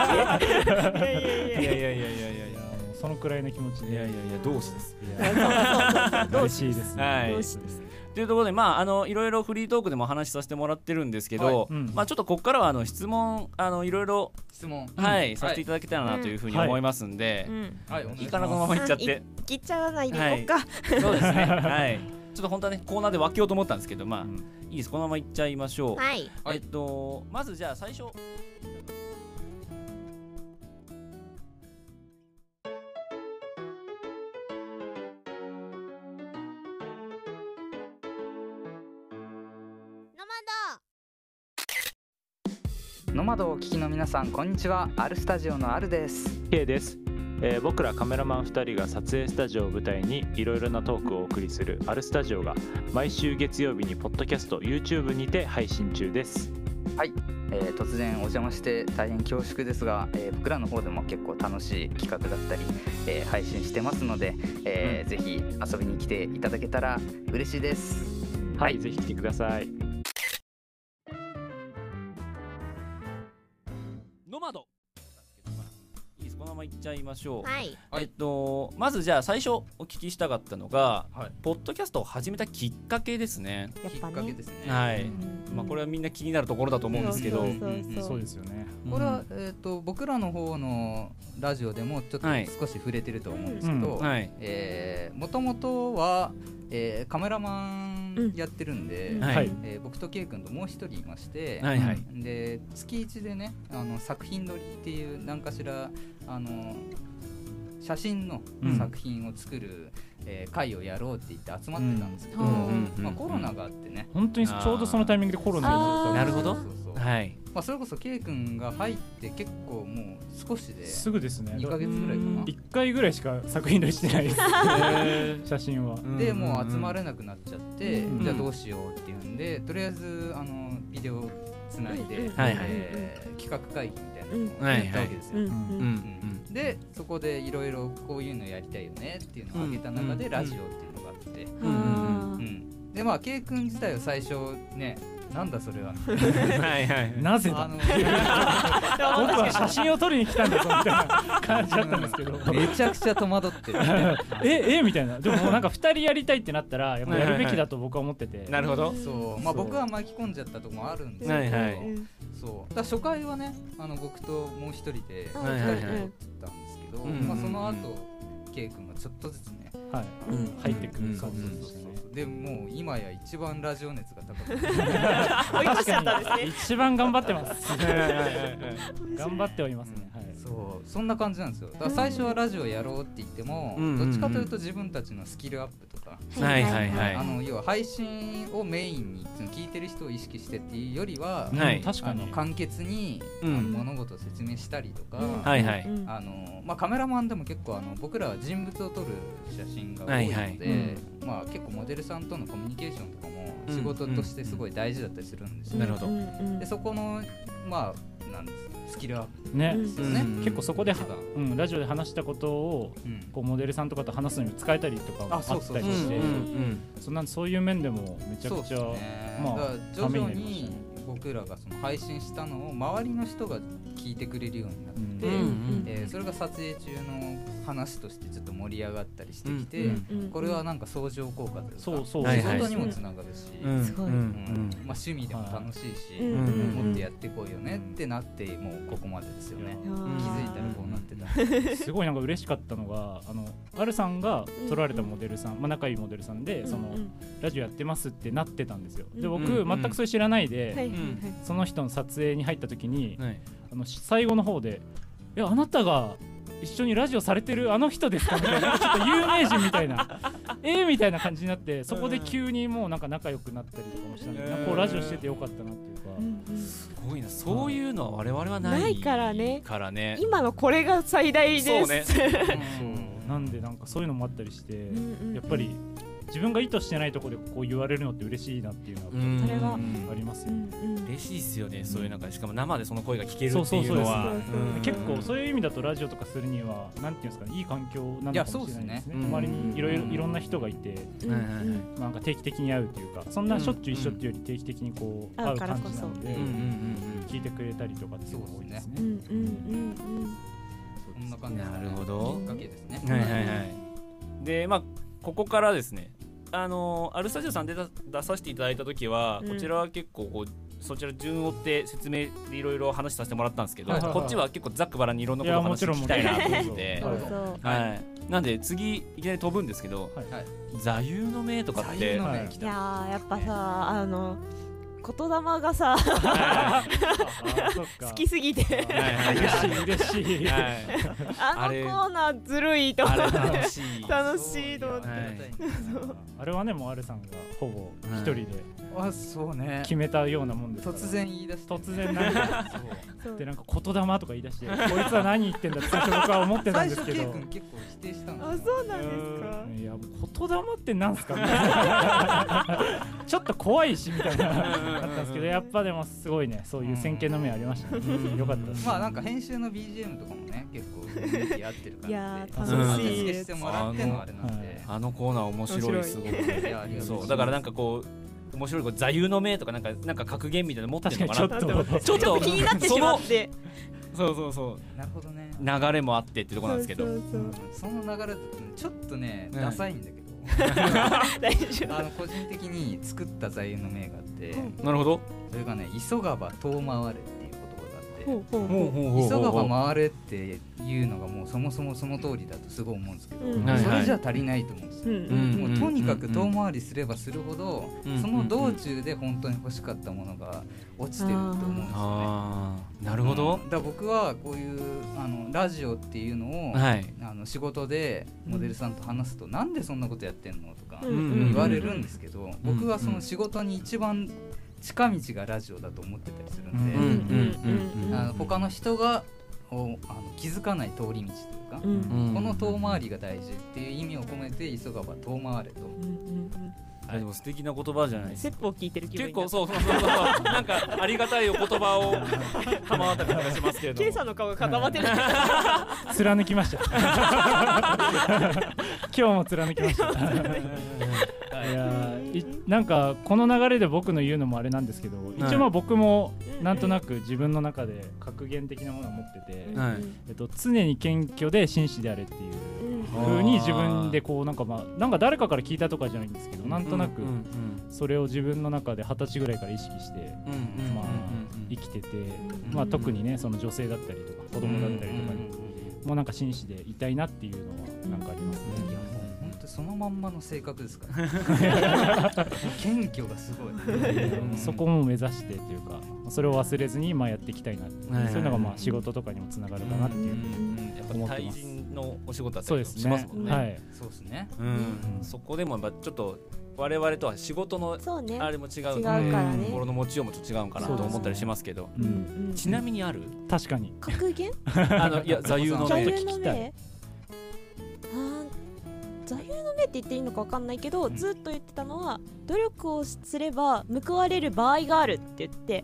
Speaker 1: いやいやいやいや
Speaker 5: いやいやいや
Speaker 1: いやいや
Speaker 3: そのくらいの気持ちで
Speaker 1: いやいやいや同志です
Speaker 3: いや 嬉しいですね、
Speaker 1: はい
Speaker 2: 同志です
Speaker 1: というところでまああのいろいろフリートークでもお話しさせてもらってるんですけど、
Speaker 3: いうん
Speaker 1: まあちょっとここからはあの質問あのいろいろ
Speaker 4: 質問
Speaker 1: はい、させてい
Speaker 4: い
Speaker 1: ただけたらなというふうに
Speaker 3: はい
Speaker 1: 思いますんで、
Speaker 2: うん
Speaker 4: はいお願いし
Speaker 1: い
Speaker 4: ます
Speaker 1: かなこのままいっちゃって
Speaker 5: 切っちゃわないでいこうか
Speaker 1: そうですね。はい。ちょっと本当はねコーナーで分けようと思ったんですけどまあ、
Speaker 3: うん
Speaker 1: いいですこのままいっちゃいましょう。
Speaker 2: はい
Speaker 4: はい
Speaker 1: えっとまずじゃあ最初。
Speaker 4: ノマドをお聞きの皆さんこんにちはアルスタジオのアルです
Speaker 6: K です、えー僕らカメラマン2人が撮影スタジオを舞台にいろいろなトークをお送りする「アルスタジオ」が毎週月曜日にポッドキャスト YouTube にて配信中です
Speaker 4: えー突然お邪魔して大変恐縮ですが、えー僕らの方でも結構楽しい企画だったり、えー配信してますので、えーぜひ遊びに来ていただけたら嬉しいです
Speaker 6: はい、ぜひ来てください
Speaker 1: ノマド。いいですこのままいっちゃいましょう。
Speaker 2: はい
Speaker 4: はい
Speaker 1: えっとまずじゃあ最初お聞きしたかったのが、
Speaker 4: はい
Speaker 1: ポッドキャストを始めたきっかけですね。
Speaker 5: やっぱね
Speaker 4: ですね
Speaker 1: はい。
Speaker 5: うん
Speaker 1: まあこれはみんな気になるところだと思うんですけど。
Speaker 5: そうそうそう
Speaker 3: そうですよね
Speaker 1: うん
Speaker 4: これは、えー、と僕らの方のラジオでもちょっと
Speaker 1: はい
Speaker 4: 少し触れてると思うんですけど
Speaker 1: はい。
Speaker 4: えーもともとは、えーカメラマンやってるんで、
Speaker 5: うん
Speaker 1: はい
Speaker 4: えー僕と K 君ともう一人いまして、
Speaker 1: はいはい
Speaker 4: で月1でねあの作品撮りっていう何かしらあの写真の
Speaker 3: うん
Speaker 4: 作品を作る、えー会をやろうって言って集まってたんですけど、
Speaker 5: うん
Speaker 4: まあ、コロナがあってね、
Speaker 3: 本当にちょうどそのタイミングでコロナ
Speaker 1: あーなるほど
Speaker 4: そうそうそう
Speaker 1: はい。
Speaker 4: まあ、それこそ K 君が入って結構もう少しで
Speaker 3: ですぐですね
Speaker 4: 2ヶ月ぐらいかな。
Speaker 3: 1回ぐらいしか作品撮りしてないです写真は
Speaker 4: でもう集まれなくなっちゃって、
Speaker 3: うん
Speaker 4: じゃあどうしようっていうんでとりあえずあのビデオつないで、
Speaker 5: うん
Speaker 1: はいはい
Speaker 4: えー企画会議みたいなのを
Speaker 1: うん
Speaker 4: やったわけですよ。
Speaker 5: うん
Speaker 1: うん
Speaker 5: うん
Speaker 1: うん。
Speaker 4: でそこでいろいろこういうのやりたいよねっていうのを挙げた中
Speaker 1: う
Speaker 4: で
Speaker 1: ん
Speaker 4: ラジオっていうのがあって、
Speaker 2: あ
Speaker 1: うん
Speaker 4: う
Speaker 2: ー
Speaker 4: んでまあ K 君自体は最初ねなんだそれはみた い
Speaker 1: はいはい。
Speaker 3: なぜ
Speaker 4: なあ
Speaker 3: だ
Speaker 4: の
Speaker 3: 僕は写真を撮りに来たんだぞみたいな感じだったんですけど
Speaker 4: めちゃくちゃ戸惑ってる
Speaker 3: ええみたいなでももうなんか2人やりたいってなったらやっぱやるべきだと僕は思ってて
Speaker 1: なるほど。
Speaker 4: そうまあ僕は巻き込んじゃったとこもあるんですけど、
Speaker 1: はいはい
Speaker 5: うん
Speaker 4: そうだから初回はねあの僕ともう一人で
Speaker 2: うん
Speaker 1: はいはいはい
Speaker 4: 撮ったんですけど、
Speaker 1: うん
Speaker 4: まあ、その
Speaker 1: うん
Speaker 4: 後 K 君がちょっとずつね
Speaker 3: はい
Speaker 2: うん
Speaker 3: 入ってくる
Speaker 4: そう
Speaker 3: 感
Speaker 4: そう
Speaker 3: じで
Speaker 4: そう
Speaker 3: したね
Speaker 4: そうでもう今や一番ラジオ熱が高くて
Speaker 5: 追い越しちゃったん
Speaker 3: 確
Speaker 5: です
Speaker 3: かに
Speaker 5: ね
Speaker 3: 一番頑張ってます
Speaker 1: う
Speaker 3: 頑張ってはいますねはい
Speaker 4: そうそんな感じなんですよだから最初はラジオやろうって言っても、
Speaker 1: うん
Speaker 4: どっちかというと自分たちのスキルアップとか、
Speaker 1: はいはいはい
Speaker 4: あの要は配信をメインに聞いてる人を意識してっていうよりは、
Speaker 1: んはい
Speaker 3: 確か
Speaker 4: あの
Speaker 3: に
Speaker 4: 簡潔に、
Speaker 1: うん
Speaker 4: あの物事を説明したりとか、
Speaker 5: うん
Speaker 1: はいはい
Speaker 5: うん
Speaker 4: あのまあ、カメラマンでも結構あの僕らは人物を撮る写真が多いので、
Speaker 1: はいはい
Speaker 4: まあ、結構モデルさんとのコミュニケーションとかも
Speaker 1: うん
Speaker 4: 仕事としてすごい大事だったりするんです
Speaker 1: んな
Speaker 4: よ、
Speaker 1: るほど
Speaker 5: うんうん
Speaker 4: でそこの、まあ、なんですスキルアップ
Speaker 3: ね
Speaker 5: うん
Speaker 4: ですよね、
Speaker 1: うん
Speaker 3: 結構そこで
Speaker 4: 一番
Speaker 3: うんラジオで話したことを
Speaker 4: うん
Speaker 3: こうモデルさんとかと話すのに使えたりとかもあ
Speaker 4: あ
Speaker 3: った
Speaker 4: そう
Speaker 3: り
Speaker 4: そうそう
Speaker 3: して
Speaker 1: ん
Speaker 3: そんなんそういう面でもめちゃ
Speaker 4: そう
Speaker 3: く
Speaker 4: です
Speaker 3: ちゃ
Speaker 4: ね、
Speaker 3: まあ
Speaker 4: だから徐々
Speaker 3: ためになりま
Speaker 4: に僕らがその配信したのを周りの人が聞いてくれるようになって、
Speaker 1: うんうんうん
Speaker 4: えーそれが撮影中の話としてちょっと盛り上がったりしてきて、
Speaker 1: うん
Speaker 5: うん
Speaker 4: これはなんか相乗効果というか
Speaker 3: そうそう
Speaker 1: はい
Speaker 4: 仕
Speaker 1: はい
Speaker 4: 事にもつながるし、
Speaker 1: うん
Speaker 5: すごい
Speaker 1: うん
Speaker 4: うんまあ、趣味でも楽しいし、
Speaker 5: うん
Speaker 1: うんうん
Speaker 4: もっとやっていこうよねってなってもうここまでですよね
Speaker 3: いや
Speaker 1: ー
Speaker 4: 気づいたらこうなってた
Speaker 3: すごいなんか嬉しかったのがあのアルさんが撮られたモデルさん、まあ、仲いいモデルさんでその、
Speaker 5: うん
Speaker 3: ラジオやってますってなってたんですよで僕、
Speaker 1: うん
Speaker 3: 全くそれ知らない
Speaker 5: うん
Speaker 3: で、
Speaker 5: はいはいはい
Speaker 3: その人の撮影に入った時に、
Speaker 1: はい
Speaker 3: あの最後の方で「いやあなたが一緒にラジオされてるあの人ですか?」みたいななんかちょっと有名人みたいな「 えーみたいな感じになってそこで急にもうなんか仲良くなったりとかもしたんで、
Speaker 1: うん
Speaker 3: なんかこうラジオしててよかったなっていうか、
Speaker 1: すごいなそういうのは我々はない
Speaker 5: ないからね
Speaker 1: からね
Speaker 5: 今のこれが最大です。
Speaker 1: そうね
Speaker 3: なんでなんかそういうのもあったりして、
Speaker 2: うんうんうん
Speaker 3: やっぱり自分が意図してないところでこう言われるのって嬉しいなっていうのは
Speaker 1: うん
Speaker 5: それは
Speaker 3: あります
Speaker 2: う
Speaker 3: よ、ね
Speaker 2: んうん
Speaker 1: 嬉しいですよねそういうなんかしかも生でその声が聞けるっていうのは
Speaker 3: そうそう
Speaker 5: そう
Speaker 1: うん
Speaker 3: 結構そういう意味だとラジオとかするにはなんていうんですかねいい環境なのかもしれないですね
Speaker 1: いやそうですね
Speaker 3: 周り
Speaker 1: うん
Speaker 3: にいろいろいろんな人がいて、
Speaker 2: うん
Speaker 1: はいはいはい
Speaker 2: うん
Speaker 3: まあなんか定期的に会うというかそんなしょっちゅう一緒っていうより定期的にこう
Speaker 2: うん
Speaker 3: 会う感じなので、
Speaker 1: うんうん
Speaker 3: 聞いてくれたりとかっていうのが多いですね
Speaker 2: うんうんうんうん
Speaker 4: こんな
Speaker 1: う
Speaker 4: 感
Speaker 1: ん
Speaker 4: じですね
Speaker 1: なるほ
Speaker 4: き
Speaker 1: ど
Speaker 4: っかけですね
Speaker 1: はいはいはいでまあここからですねあのーアルスタジオさんで出出させていただいた時は、
Speaker 2: うん
Speaker 1: こちらは結構こうそちら順を追って説明でいろいろ話させてもらったんですけど、
Speaker 3: はいはいはい
Speaker 1: こっちは結構ざっくばらんにいろんないこと
Speaker 3: や
Speaker 1: を
Speaker 3: も
Speaker 1: 話
Speaker 3: ちろん
Speaker 1: 聞きたいなと思って
Speaker 2: ど
Speaker 3: も
Speaker 2: う
Speaker 3: ちろん
Speaker 2: ぞ
Speaker 1: はい、なんで次いきなり飛ぶんですけど、
Speaker 3: はい
Speaker 4: はい
Speaker 1: 座右の銘とかっ
Speaker 4: 座
Speaker 1: て
Speaker 4: 右の銘
Speaker 3: はい
Speaker 4: 来
Speaker 5: い
Speaker 4: た
Speaker 5: やーやっぱさあの言霊がさ
Speaker 3: あそっか
Speaker 5: 好きす ぎて
Speaker 1: はい
Speaker 3: あー嬉しい嬉しい、
Speaker 1: はいあ
Speaker 5: あのコ
Speaker 1: れ
Speaker 5: ーナーずるいと思
Speaker 1: あれ
Speaker 5: って
Speaker 1: 楽しい
Speaker 5: 楽しいと思って
Speaker 4: はい
Speaker 3: あれはねもうアルさんがほぼ一人で
Speaker 4: あそうね
Speaker 3: 決めたようなもんですから
Speaker 4: 突然言い出して
Speaker 3: 突然なんか
Speaker 2: そう
Speaker 3: でなんか言霊とか言い出してこいつは何言ってんだって最初僕は思ってた
Speaker 4: 最
Speaker 3: んです
Speaker 4: 初
Speaker 3: け
Speaker 4: K
Speaker 3: ど
Speaker 4: 君結構否定したん
Speaker 5: あ
Speaker 4: ですよ
Speaker 5: そうなんですか
Speaker 3: いや言霊ってなんすかみたいなちょっと怖いしみたいなあったんですけどやっぱでもすごいねそういう先見の目ありましたねよかったです
Speaker 4: まあなんか編集の BGM とかもね結構雰囲気合ってる
Speaker 5: いや
Speaker 4: 感じで
Speaker 1: ー
Speaker 4: お
Speaker 5: 楽
Speaker 1: うん
Speaker 5: しい
Speaker 4: 付け
Speaker 5: で
Speaker 4: し
Speaker 5: す
Speaker 4: てもらってのあれなんで
Speaker 1: あのコーナー面白い
Speaker 5: 面白い
Speaker 1: すごく
Speaker 4: いやありがとう
Speaker 1: そうだからなんかこう面白いこう座右の銘とかなんかなんか格言みたいなの持ってるのかな
Speaker 3: 確かにちょっ と
Speaker 1: ちょっと
Speaker 5: 気になってしまって
Speaker 1: そのそうそう
Speaker 4: なるほどね
Speaker 1: そう流れもあってってとこなんですけ
Speaker 5: そ
Speaker 1: ど
Speaker 5: うそ
Speaker 4: そ
Speaker 5: う
Speaker 4: の流れだとちょっとね
Speaker 1: うん
Speaker 4: ダサいんだけど
Speaker 5: そう大丈
Speaker 4: あの個人的に作った座右の銘があって
Speaker 1: なるほど
Speaker 4: それがね「急がば遠回れ」っていう言葉があって
Speaker 2: ほうほ
Speaker 1: ほ
Speaker 2: う
Speaker 1: うほうほうほう
Speaker 4: 急がば回れっていうのがもうそもそもその通りだとすごい思うんですけど、
Speaker 2: うん
Speaker 1: はい
Speaker 4: それじゃ足りないと思うんですよ、
Speaker 5: うん
Speaker 1: うん
Speaker 4: もうとにかく遠回りすればするほど、
Speaker 1: うん
Speaker 4: その道中で本当に欲しかったものが落ちてると思うんですよね。
Speaker 1: ああなるほど
Speaker 4: うんだから僕はこういうあのラジオっていうのを、
Speaker 1: はい
Speaker 4: あの仕事でモデルさんと話すと、なんでそんなことやってんのとか
Speaker 5: うん
Speaker 1: うん
Speaker 4: 言われるんですけど、
Speaker 1: ん
Speaker 4: 僕はその仕事に一番近道がラジオだと思ってたりするんで、
Speaker 1: うんうんうん
Speaker 4: あの他の人がおあの気づかない通り道というか、
Speaker 5: うん
Speaker 1: うん
Speaker 4: この遠回りが大事っていう意味を込めて急がば遠回れと。
Speaker 1: あでも素敵な言葉じゃないですか
Speaker 5: セップを聞いてる気分
Speaker 1: 結
Speaker 5: に
Speaker 1: 構
Speaker 5: なった
Speaker 1: そうそうそうそうなんかありがたいお言葉を賜った感じがしますけれど
Speaker 5: K
Speaker 1: も
Speaker 5: さんの顔が固まってる
Speaker 3: 貫きま した今日も貫き ましたいやーいなんかこの流れで僕の言うのもあれなんですけど一応まあ僕もなんとなく自分の中で格言的なものを持ってて、
Speaker 1: はい
Speaker 3: えっと、常に謙虚で紳士であれっていう
Speaker 1: うん
Speaker 3: 風に自分でこうなんかまあなんか誰かから聞いたとかじゃないんですけどなんとなく
Speaker 1: うん
Speaker 3: それを自分の中で二十歳ぐらいから意識して
Speaker 1: うんうん
Speaker 3: まあ
Speaker 1: うん
Speaker 3: 生きてて
Speaker 4: ん
Speaker 3: まあ特にねその女性だったりとか子供だったりとかにもうなんか紳士でいたいなっていうのはなんかありますね
Speaker 4: いやもう本当そのまんまの性格です から、ね、謙虚がすごい、
Speaker 1: うん
Speaker 3: そこも目指してっていうかそれを忘れずにまあやっていきたいなっていう
Speaker 1: はいはい
Speaker 3: そういうのがまあ仕事とかにもつながるかなっていう
Speaker 1: うんうんやっぱ
Speaker 3: 思って
Speaker 1: 対
Speaker 3: ます
Speaker 1: 人のお仕事だった
Speaker 3: そう
Speaker 1: り
Speaker 3: で
Speaker 1: とか
Speaker 3: す
Speaker 1: しま
Speaker 3: ね
Speaker 1: すもんね。
Speaker 3: はい
Speaker 4: そうですね
Speaker 1: うんそこでもやっぱちょっと我々とは仕事の
Speaker 2: そうね
Speaker 1: あれも違う
Speaker 2: 違う
Speaker 1: か
Speaker 2: から
Speaker 1: ら
Speaker 2: ね
Speaker 1: 心の持ちようもちょっと違うんかなと思ったりしますけど
Speaker 3: う
Speaker 2: うんんうん
Speaker 1: ちなみにある
Speaker 3: 確かに
Speaker 2: 格言
Speaker 1: あのいや座右の
Speaker 2: 座
Speaker 1: 銘
Speaker 2: 右の
Speaker 3: 聞きたい
Speaker 2: 銘あー座右の銘って言っていいのかわかんないけど、
Speaker 1: ん
Speaker 2: ずっと言ってたのは努力をすれば報われる場合があるって言って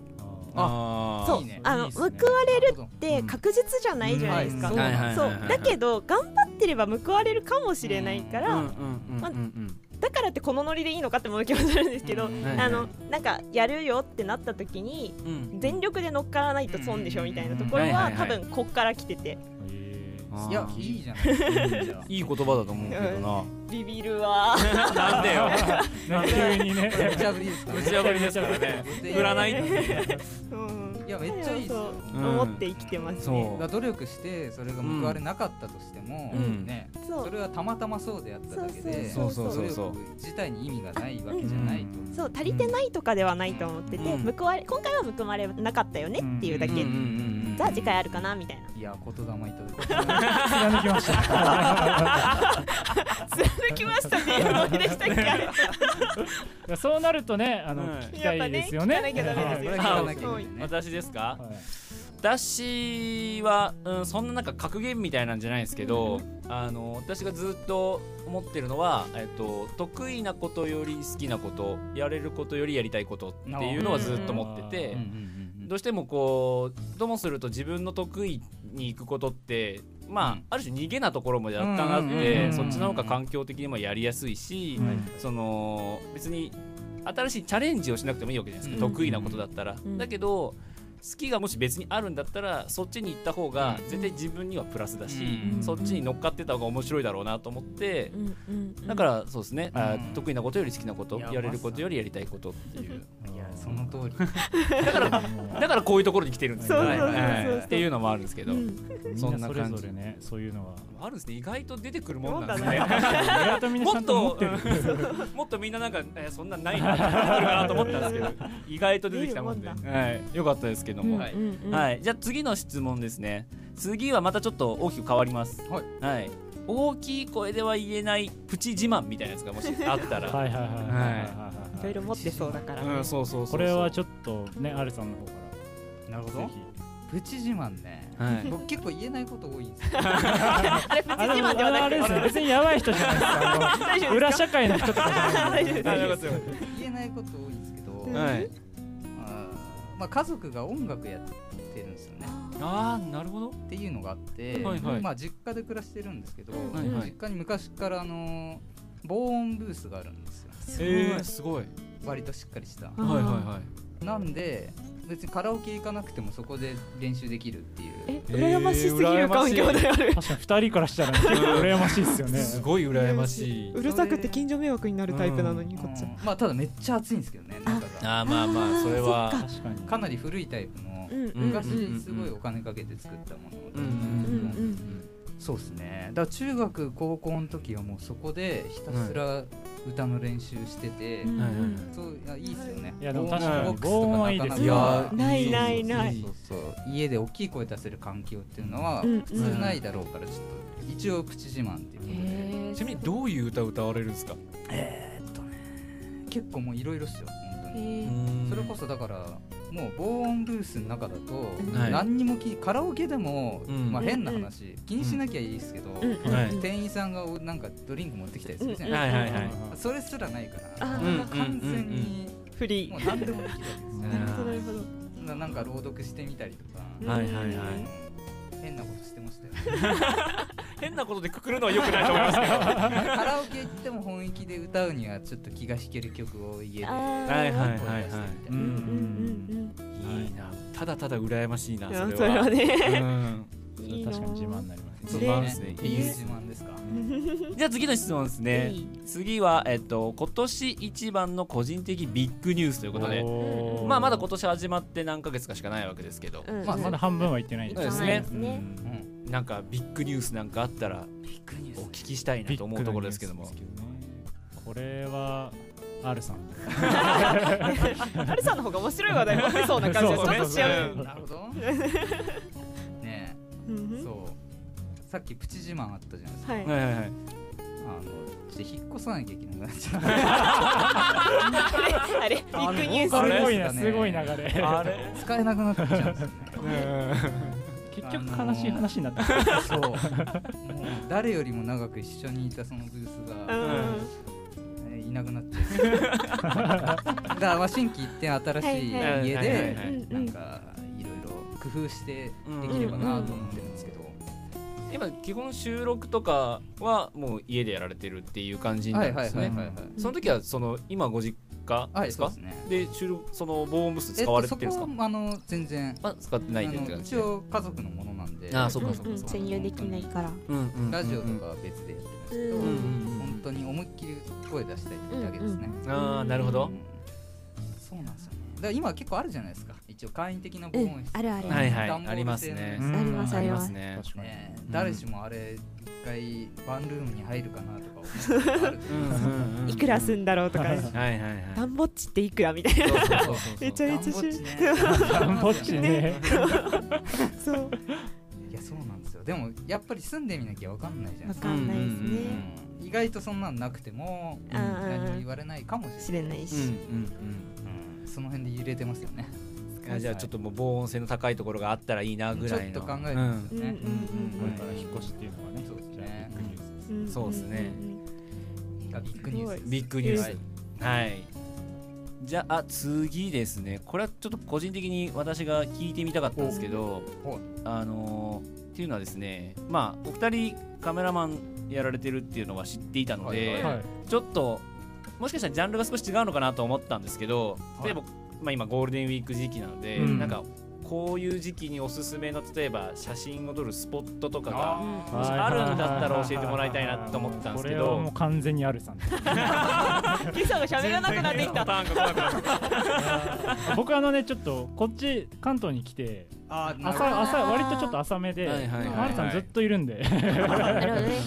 Speaker 1: あー
Speaker 2: そう
Speaker 4: いいね
Speaker 2: あの
Speaker 4: いいっす
Speaker 2: 報
Speaker 4: ね
Speaker 2: われる
Speaker 4: る
Speaker 2: って
Speaker 1: うん
Speaker 2: 確実じゃないじゃないですか、
Speaker 4: うん
Speaker 1: はいはいはい
Speaker 2: そ
Speaker 1: は
Speaker 2: う
Speaker 1: いはい
Speaker 2: だけど頑張ってれば報われるかもしれないから、
Speaker 1: うんうんうんうんうん
Speaker 2: だからってこのノリでいいのかって思う気もするんですけど、
Speaker 4: うん
Speaker 1: はい
Speaker 2: あのなんかやるよってなった時に
Speaker 1: うん
Speaker 2: 全力で乗っからないと損でしょみたいなところ
Speaker 1: うんはいは
Speaker 2: はい
Speaker 1: は
Speaker 2: 多
Speaker 1: い
Speaker 2: 分こっから来てて
Speaker 3: えー
Speaker 1: あー
Speaker 4: いやいいじゃないですか
Speaker 1: いい言葉だと思うけどな。
Speaker 2: ビビるわ
Speaker 1: なんでよ。
Speaker 3: なんか急 にね
Speaker 4: これ打ち破りですか
Speaker 1: 打ち
Speaker 4: ね
Speaker 1: 破りですからね。振らないっていうね。
Speaker 5: うん
Speaker 4: いやめっちゃいいですよ
Speaker 2: そう
Speaker 1: うん
Speaker 5: 思って生きてますね
Speaker 4: だから努力してそれが報われなかったとしても、
Speaker 1: うん
Speaker 4: ね
Speaker 2: そ
Speaker 4: そうれはたまたまそうであっただけで
Speaker 1: そうそうそうそう
Speaker 4: 努力自体に意味がないわけじゃないと、
Speaker 2: そう足りてないとかではないと思ってて、
Speaker 1: うん
Speaker 2: 報われ今回は報われなかったよねっていうだけ、
Speaker 1: うんうんうんうん
Speaker 2: じゃあ次回あるかなみたいな
Speaker 4: いや言霊 いただきました
Speaker 3: 貫きました
Speaker 5: 貫きましたね何でしたっけあれ
Speaker 3: そうなるとねあの、
Speaker 1: うん
Speaker 3: 聞き
Speaker 5: や
Speaker 3: た
Speaker 5: っぱ
Speaker 3: いで
Speaker 5: ね
Speaker 3: す
Speaker 5: 聞
Speaker 3: よ
Speaker 5: か
Speaker 3: ね
Speaker 5: なきゃダメですよ
Speaker 1: はい
Speaker 5: ねすごい
Speaker 1: 私ですか
Speaker 3: はい
Speaker 1: 私は、うん、そんななんか格言みたいなんじゃないですけど、あの私がずっと思ってるのは、えっと、得意なことより好きなことやれることよりやりたいことっていうのはずっと思ってて
Speaker 3: う
Speaker 1: どうしてもこうともすると自分の得意に行くことってまあ、
Speaker 4: うん
Speaker 1: ある種逃げなところも若干あって、
Speaker 3: うんうんうんうん
Speaker 1: そっちの方が環境的にもやりやすいし、
Speaker 3: うん
Speaker 1: その別に新しいチャレンジをしなくてもいいわけじゃないですか、
Speaker 4: うん
Speaker 1: 得意なことだったら、
Speaker 5: ん
Speaker 1: だけど好きがもし別にあるんだったらそっちに行った方が絶対自分にはプラスだし、
Speaker 3: うん
Speaker 1: そっちに乗っかってた方が面白いだろうなと思って、
Speaker 5: うんうん
Speaker 1: だからそうですね、あ
Speaker 4: うん
Speaker 1: 得意なことより好きなこと
Speaker 4: いや
Speaker 1: やれることよりやりたいことっていう
Speaker 4: いやその通り
Speaker 1: だから だからこういうところに来てるんですよね。
Speaker 3: そうそうそうそう
Speaker 1: はいっていうのもあるんですけど、
Speaker 3: みんなそれぞれねそういうのは
Speaker 1: あるんですね意外と出てくるもんなんです
Speaker 5: そう
Speaker 1: ね。
Speaker 3: 意外とみんなちゃんと持ってる
Speaker 1: もっもっとみんななんか、えーそんなんないなって出てくるかなと思ったんですけど意外と出てきたもんで、
Speaker 5: 出る
Speaker 1: はい、よかったですけども、はい
Speaker 5: うんうん
Speaker 1: じゃあ次の質問ですね次はまたちょっと大きく変わります、
Speaker 4: はい
Speaker 1: 大きい声では言えないプチ自慢みたいなやつがもしあったら
Speaker 3: はいはいはいはいはい
Speaker 5: い
Speaker 3: は
Speaker 5: ろ
Speaker 3: い
Speaker 5: いろ持ってそうだから
Speaker 1: うん、そうそうそうそう
Speaker 3: これはちょっとねアルさんの方か
Speaker 4: なる
Speaker 3: ら
Speaker 4: ほ
Speaker 3: ぜ
Speaker 4: どプチ自慢ね
Speaker 1: はい
Speaker 4: 僕結構言えないこと多いんですよ
Speaker 3: ひあでもあのあれですね別にやばい人じゃないですかあの裏社会の人とかじ ゃないんで
Speaker 1: あよかったよかっ
Speaker 4: 言えないこと多いんですけど、
Speaker 1: た はい、
Speaker 4: あーまあ、家族が音楽やってるんですよね
Speaker 1: ああなるほど
Speaker 4: っていうのがあって、
Speaker 1: はいはい
Speaker 4: まあ、実家で暮らしてるんですけど、
Speaker 1: はいはい
Speaker 4: 実家に昔からあの防音ブースがあるんですよ
Speaker 1: えー、すごい
Speaker 4: 割としっかりした
Speaker 5: あー
Speaker 1: はいはいはい
Speaker 4: なんで別にカラオケ行かなくてもそこで練習できるっていう
Speaker 5: え羨ましすぎる環境である
Speaker 3: 確かに二人からしたら結構羨ましいですよね
Speaker 1: すごい羨ましいう
Speaker 5: るさくて近所迷惑になるタイプなのにこっちは
Speaker 4: うんまあただめっちゃ暑いんですけどね中が
Speaker 1: ああまあまあそれは
Speaker 3: 確かに
Speaker 4: かなり古いタイプの
Speaker 5: うんうん
Speaker 1: うん
Speaker 4: 昔すごいお金かけて作ったもの
Speaker 1: うん
Speaker 4: なんですけど
Speaker 5: うんうん
Speaker 4: そうですねだから中学高校の時はもうそこでひたすら歌の練習してて、
Speaker 5: うん
Speaker 1: はいはいはい
Speaker 4: そういやいいですよね
Speaker 3: いやでも確かに
Speaker 4: ボックスとかなかなか
Speaker 3: い
Speaker 5: やないないない
Speaker 4: そうそうそう家で大きい声出せる環境っていうのは
Speaker 5: うん
Speaker 4: 普通ないだろうからちょっと一応プチ自慢っていうことで、
Speaker 1: ちなみにどういう歌歌われるんですか
Speaker 4: えーっとね結構もういろいろっすよ本当にそれこそだからもう防音ブースの中だと
Speaker 1: はい
Speaker 4: 何にもきカラオケでも、
Speaker 1: うん
Speaker 4: まあ、変な話気にしなきゃいいですけど、
Speaker 5: うんうん
Speaker 1: はい
Speaker 4: 店員さんがおなんかドリンク持ってきたりするじゃない
Speaker 1: はいはいはい
Speaker 4: ですか、それすらないから
Speaker 5: あー
Speaker 1: うん
Speaker 4: 完全に
Speaker 5: フリ
Speaker 4: も
Speaker 5: ー
Speaker 4: う何でもできるわけですよね
Speaker 5: なるほど
Speaker 4: ななんか朗読してみたりとか、
Speaker 1: はいはいはい
Speaker 4: 変なことしてましたよ
Speaker 1: 変なことでくくるのは良くないと思いますけど
Speaker 4: カラオケ行っても本域で歌うにはちょっと気が引ける曲を家で
Speaker 5: あー
Speaker 1: はいはい
Speaker 4: 声出してみたいな
Speaker 3: う
Speaker 5: うんうん
Speaker 3: ん
Speaker 1: いいなただただ羨ましいな
Speaker 5: うんいや
Speaker 1: それは
Speaker 5: それはね
Speaker 1: うん
Speaker 5: いい
Speaker 3: 確
Speaker 5: な
Speaker 3: かに自慢になりますね
Speaker 1: 自慢ですね
Speaker 4: ね
Speaker 1: い
Speaker 4: い
Speaker 1: い
Speaker 4: い
Speaker 1: です
Speaker 4: 自慢ですか
Speaker 1: じゃあ次の質問ですね
Speaker 5: いい
Speaker 1: 次はえっと今年一番の個人的ビッグニュースということで
Speaker 3: おー
Speaker 1: まあまだ今年始まって何ヶ月かしかないわけですけど
Speaker 5: うん
Speaker 4: まあ
Speaker 3: まだ半分は言ってない
Speaker 2: い
Speaker 3: ん
Speaker 2: か
Speaker 3: で
Speaker 1: そ
Speaker 3: す
Speaker 1: う
Speaker 2: ない
Speaker 1: で
Speaker 2: ですす
Speaker 1: ね
Speaker 2: ね。
Speaker 4: うん
Speaker 1: なんかビッグニュースなんかあったら
Speaker 4: ビッグニュー
Speaker 1: お
Speaker 4: ス
Speaker 1: 聞きしたいなと思うところですけども
Speaker 3: ビッグなニュースですけどねこれは R さん
Speaker 5: ハルさんの方が面白い話題持ってそうな感じがちょっとしちゃう
Speaker 4: なるほどね
Speaker 5: うんう
Speaker 4: え
Speaker 5: ん
Speaker 4: そうさっきプチ自慢あったじゃないですか
Speaker 5: はい
Speaker 1: はいはいはい
Speaker 4: あのちょっと引っ越さなきゃいけなくなっちゃう
Speaker 5: あれビッグニュ
Speaker 3: す
Speaker 5: ー
Speaker 4: あれ
Speaker 3: ごいなすごい流れ
Speaker 1: あれ
Speaker 4: 使えなくなっちゃうんですよね
Speaker 3: 結局悲しい話になった
Speaker 4: そうもう誰よりも長く一緒にいたそのブースが、
Speaker 5: スうん
Speaker 4: えーいなくなっちゃう だからまあ新規一転新しい
Speaker 5: はいは い
Speaker 4: 家
Speaker 1: はいはいは
Speaker 4: で
Speaker 1: い
Speaker 5: うんう
Speaker 4: なんんかいろいろ工夫してできればなと思ってるんですけど、
Speaker 1: 今基本収録とかはもう家でやられてるっていう感じにな
Speaker 4: は
Speaker 1: る
Speaker 4: い
Speaker 1: ん
Speaker 4: は
Speaker 1: で
Speaker 4: い
Speaker 1: す
Speaker 4: はい
Speaker 1: ね
Speaker 4: はいはい、
Speaker 1: その時はその今ご実家
Speaker 4: は
Speaker 1: で
Speaker 4: い
Speaker 1: す
Speaker 4: そう
Speaker 1: か
Speaker 4: ですね
Speaker 1: で収録その防音物
Speaker 4: えっ
Speaker 1: 使わ
Speaker 4: と
Speaker 1: れ
Speaker 4: そ
Speaker 1: て
Speaker 4: こ
Speaker 1: るんですか、
Speaker 4: はあの全然
Speaker 1: まあ、使ってない
Speaker 4: あ
Speaker 1: でって
Speaker 4: の
Speaker 1: 感じ
Speaker 4: 一
Speaker 1: で
Speaker 4: 応家族のものなんで
Speaker 1: ああそうかそううか
Speaker 2: ん
Speaker 1: そうか
Speaker 2: 専用できないから。
Speaker 1: うんうんうんうん
Speaker 4: ラジオとかは別でやってるんですけど、
Speaker 2: うん
Speaker 1: うん
Speaker 4: 本当に思いっきり声出したいってだけですね、
Speaker 1: ああなるほど
Speaker 4: うんそうなんですよねだから今結構あるじゃないですか一応会員的な防
Speaker 2: う
Speaker 4: 音
Speaker 2: ん
Speaker 4: 室、、
Speaker 2: あるある。
Speaker 1: はいはい
Speaker 4: 段ボール製の
Speaker 1: ありますね
Speaker 3: うん
Speaker 2: あります
Speaker 1: あ
Speaker 2: あ
Speaker 1: り
Speaker 2: り
Speaker 1: ま
Speaker 2: ますす。
Speaker 1: ね
Speaker 3: 確かに
Speaker 4: ね
Speaker 1: うん
Speaker 4: 誰しもあれ一回ワンルームに入るかなとか思うことあると
Speaker 1: う
Speaker 4: 思うんんで
Speaker 1: うんうん
Speaker 5: いくらすんだろうとか
Speaker 1: はいはいはい
Speaker 5: ダンボッチっていくらみたいな
Speaker 4: すけどそうそうそう
Speaker 5: めちゃめちゃ
Speaker 4: ダンボッ
Speaker 5: し
Speaker 4: チね
Speaker 3: ぼっちね
Speaker 5: そう
Speaker 4: いやそうなんですよでもやっぱり住んでみなきゃわかんないじゃない
Speaker 5: わ
Speaker 4: ですか
Speaker 5: かんないです
Speaker 1: うんうんうん
Speaker 5: ね
Speaker 4: 意外とそんなんなくても、
Speaker 2: うんうん
Speaker 4: 何も言われないかもし
Speaker 2: 知
Speaker 4: れ
Speaker 2: れ
Speaker 4: ない、
Speaker 2: ないし、
Speaker 1: うんうん
Speaker 4: うんその辺で揺れてますよね
Speaker 1: うんあじゃあちょっともう防音性の高いところがあったらいいなぐ
Speaker 4: ちょっ
Speaker 1: らいの
Speaker 4: と考えてます
Speaker 2: う
Speaker 4: よ
Speaker 2: んうん
Speaker 4: ね、
Speaker 3: これから引っ越しっていうのはね
Speaker 4: そうですね
Speaker 3: じゃあビッグニュ
Speaker 1: そうですね
Speaker 2: うんうんんうん
Speaker 4: がビッグニュ
Speaker 3: ースです
Speaker 4: ース
Speaker 2: す
Speaker 1: ビッグニュース
Speaker 4: はい
Speaker 1: はいじゃあ次ですねこれはちょっと個人的に私が聞いてみたかったんですけど
Speaker 4: お
Speaker 1: あのーっていうのはですねまあお二人カメラマンやられてるっていうのは知っていたので、
Speaker 4: はい
Speaker 3: はい
Speaker 1: ちょっともしかしたらジャンルが少し違うのかなと思ったんですけど
Speaker 4: はい
Speaker 1: 例えば、まあ、今ゴールデンウィーク時期なので、
Speaker 3: うん
Speaker 1: なんかこういう時期におすすめの例えば写真を撮るスポットとかが
Speaker 2: うん
Speaker 1: もしあるんだったら教えてもらいたいなと思ってたんですけど
Speaker 3: これはもう完全にあるさんです
Speaker 7: ピさんが喋らなくなってきた。
Speaker 8: ターンが怖くなってきた
Speaker 3: 僕あのねちょっとこっち関東に来て
Speaker 4: あーなるほど
Speaker 3: 朝朝割とちょっと浅めで
Speaker 1: はいはいはいはい
Speaker 3: マルさんずっといるんで
Speaker 2: なるほどね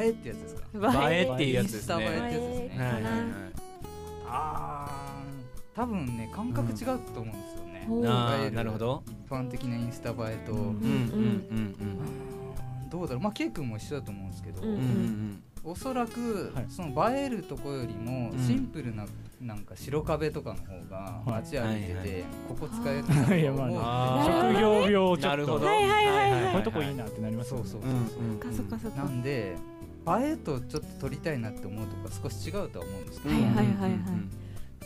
Speaker 4: 映えってやつですか
Speaker 1: 映えっていうやつですね。
Speaker 4: インスタ映えってやつですね
Speaker 1: はいはいは
Speaker 4: あー多分ね感覚違うと思うんですよね、
Speaker 1: い、
Speaker 2: ほう
Speaker 1: あーなるほど。
Speaker 4: 一般的なインスタ映えと、
Speaker 3: うん
Speaker 1: うんうん
Speaker 4: どうだろうまあ K 君も一緒だと思うんですけど、
Speaker 2: うん
Speaker 1: うんうんうん
Speaker 4: おそらく、
Speaker 3: はい
Speaker 4: その映えるとこよりも
Speaker 1: うん
Speaker 4: シンプルな、なんか白壁とかの方が
Speaker 3: はい
Speaker 4: 街歩いてて、
Speaker 1: はいはい
Speaker 4: ここ使え るなと思う
Speaker 3: いやまあね
Speaker 1: あー
Speaker 3: 職業病をちょ
Speaker 1: な
Speaker 3: っ
Speaker 1: る
Speaker 3: と
Speaker 1: ほど。
Speaker 3: こ
Speaker 1: はいはいはい
Speaker 3: ういうとこいいなってなります
Speaker 4: そ
Speaker 3: よ
Speaker 4: う
Speaker 3: ね
Speaker 4: そうそう
Speaker 1: うんうん
Speaker 2: そっかそっかそっ
Speaker 4: な
Speaker 2: か
Speaker 4: んで映えとちょっと撮りたいなって思うとこは少し違うとは思うんですけ
Speaker 1: うん
Speaker 4: ど、
Speaker 2: はいはいはいはい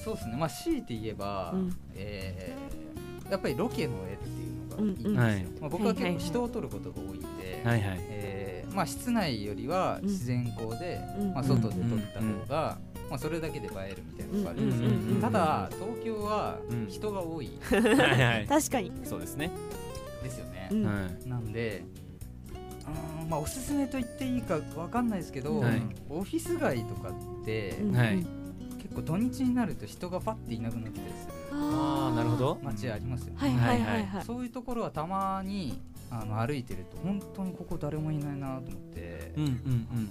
Speaker 4: そうですねまあ強いて言えば、
Speaker 2: うん
Speaker 4: えーやっぱりロケの絵っていうのがいいんですよ、
Speaker 2: う
Speaker 1: う
Speaker 2: ん
Speaker 1: んはい
Speaker 4: まあ、僕は
Speaker 2: はいは
Speaker 4: 結構
Speaker 2: いはい
Speaker 4: 人を撮ることが多いんで、
Speaker 1: はいはい。
Speaker 4: えーまあ、室内よりは自然光で、
Speaker 2: うん
Speaker 4: まあ、外で撮った方が、まあ、それだけで映えるみたいなのがあるんですよ、
Speaker 2: うんうんうんうん
Speaker 4: ただ東京は
Speaker 1: うん
Speaker 4: 人が多い
Speaker 1: はいはい。
Speaker 2: 確かに
Speaker 1: そうですね。
Speaker 4: ですよね
Speaker 2: う、ん
Speaker 1: はい。
Speaker 4: なんでうーんまあおすすめと言っていいかわかんないですけど、
Speaker 1: はい
Speaker 4: オフィス街とかって、
Speaker 2: うん
Speaker 1: はい
Speaker 4: 結構土日になると人がパッていなくなったりする
Speaker 1: ああなるほど。
Speaker 4: 街ありますよね、
Speaker 2: はいはいはいはい
Speaker 4: そういうところはたまにあの歩いてると本当にここ誰もいないなと思って、
Speaker 1: うんうん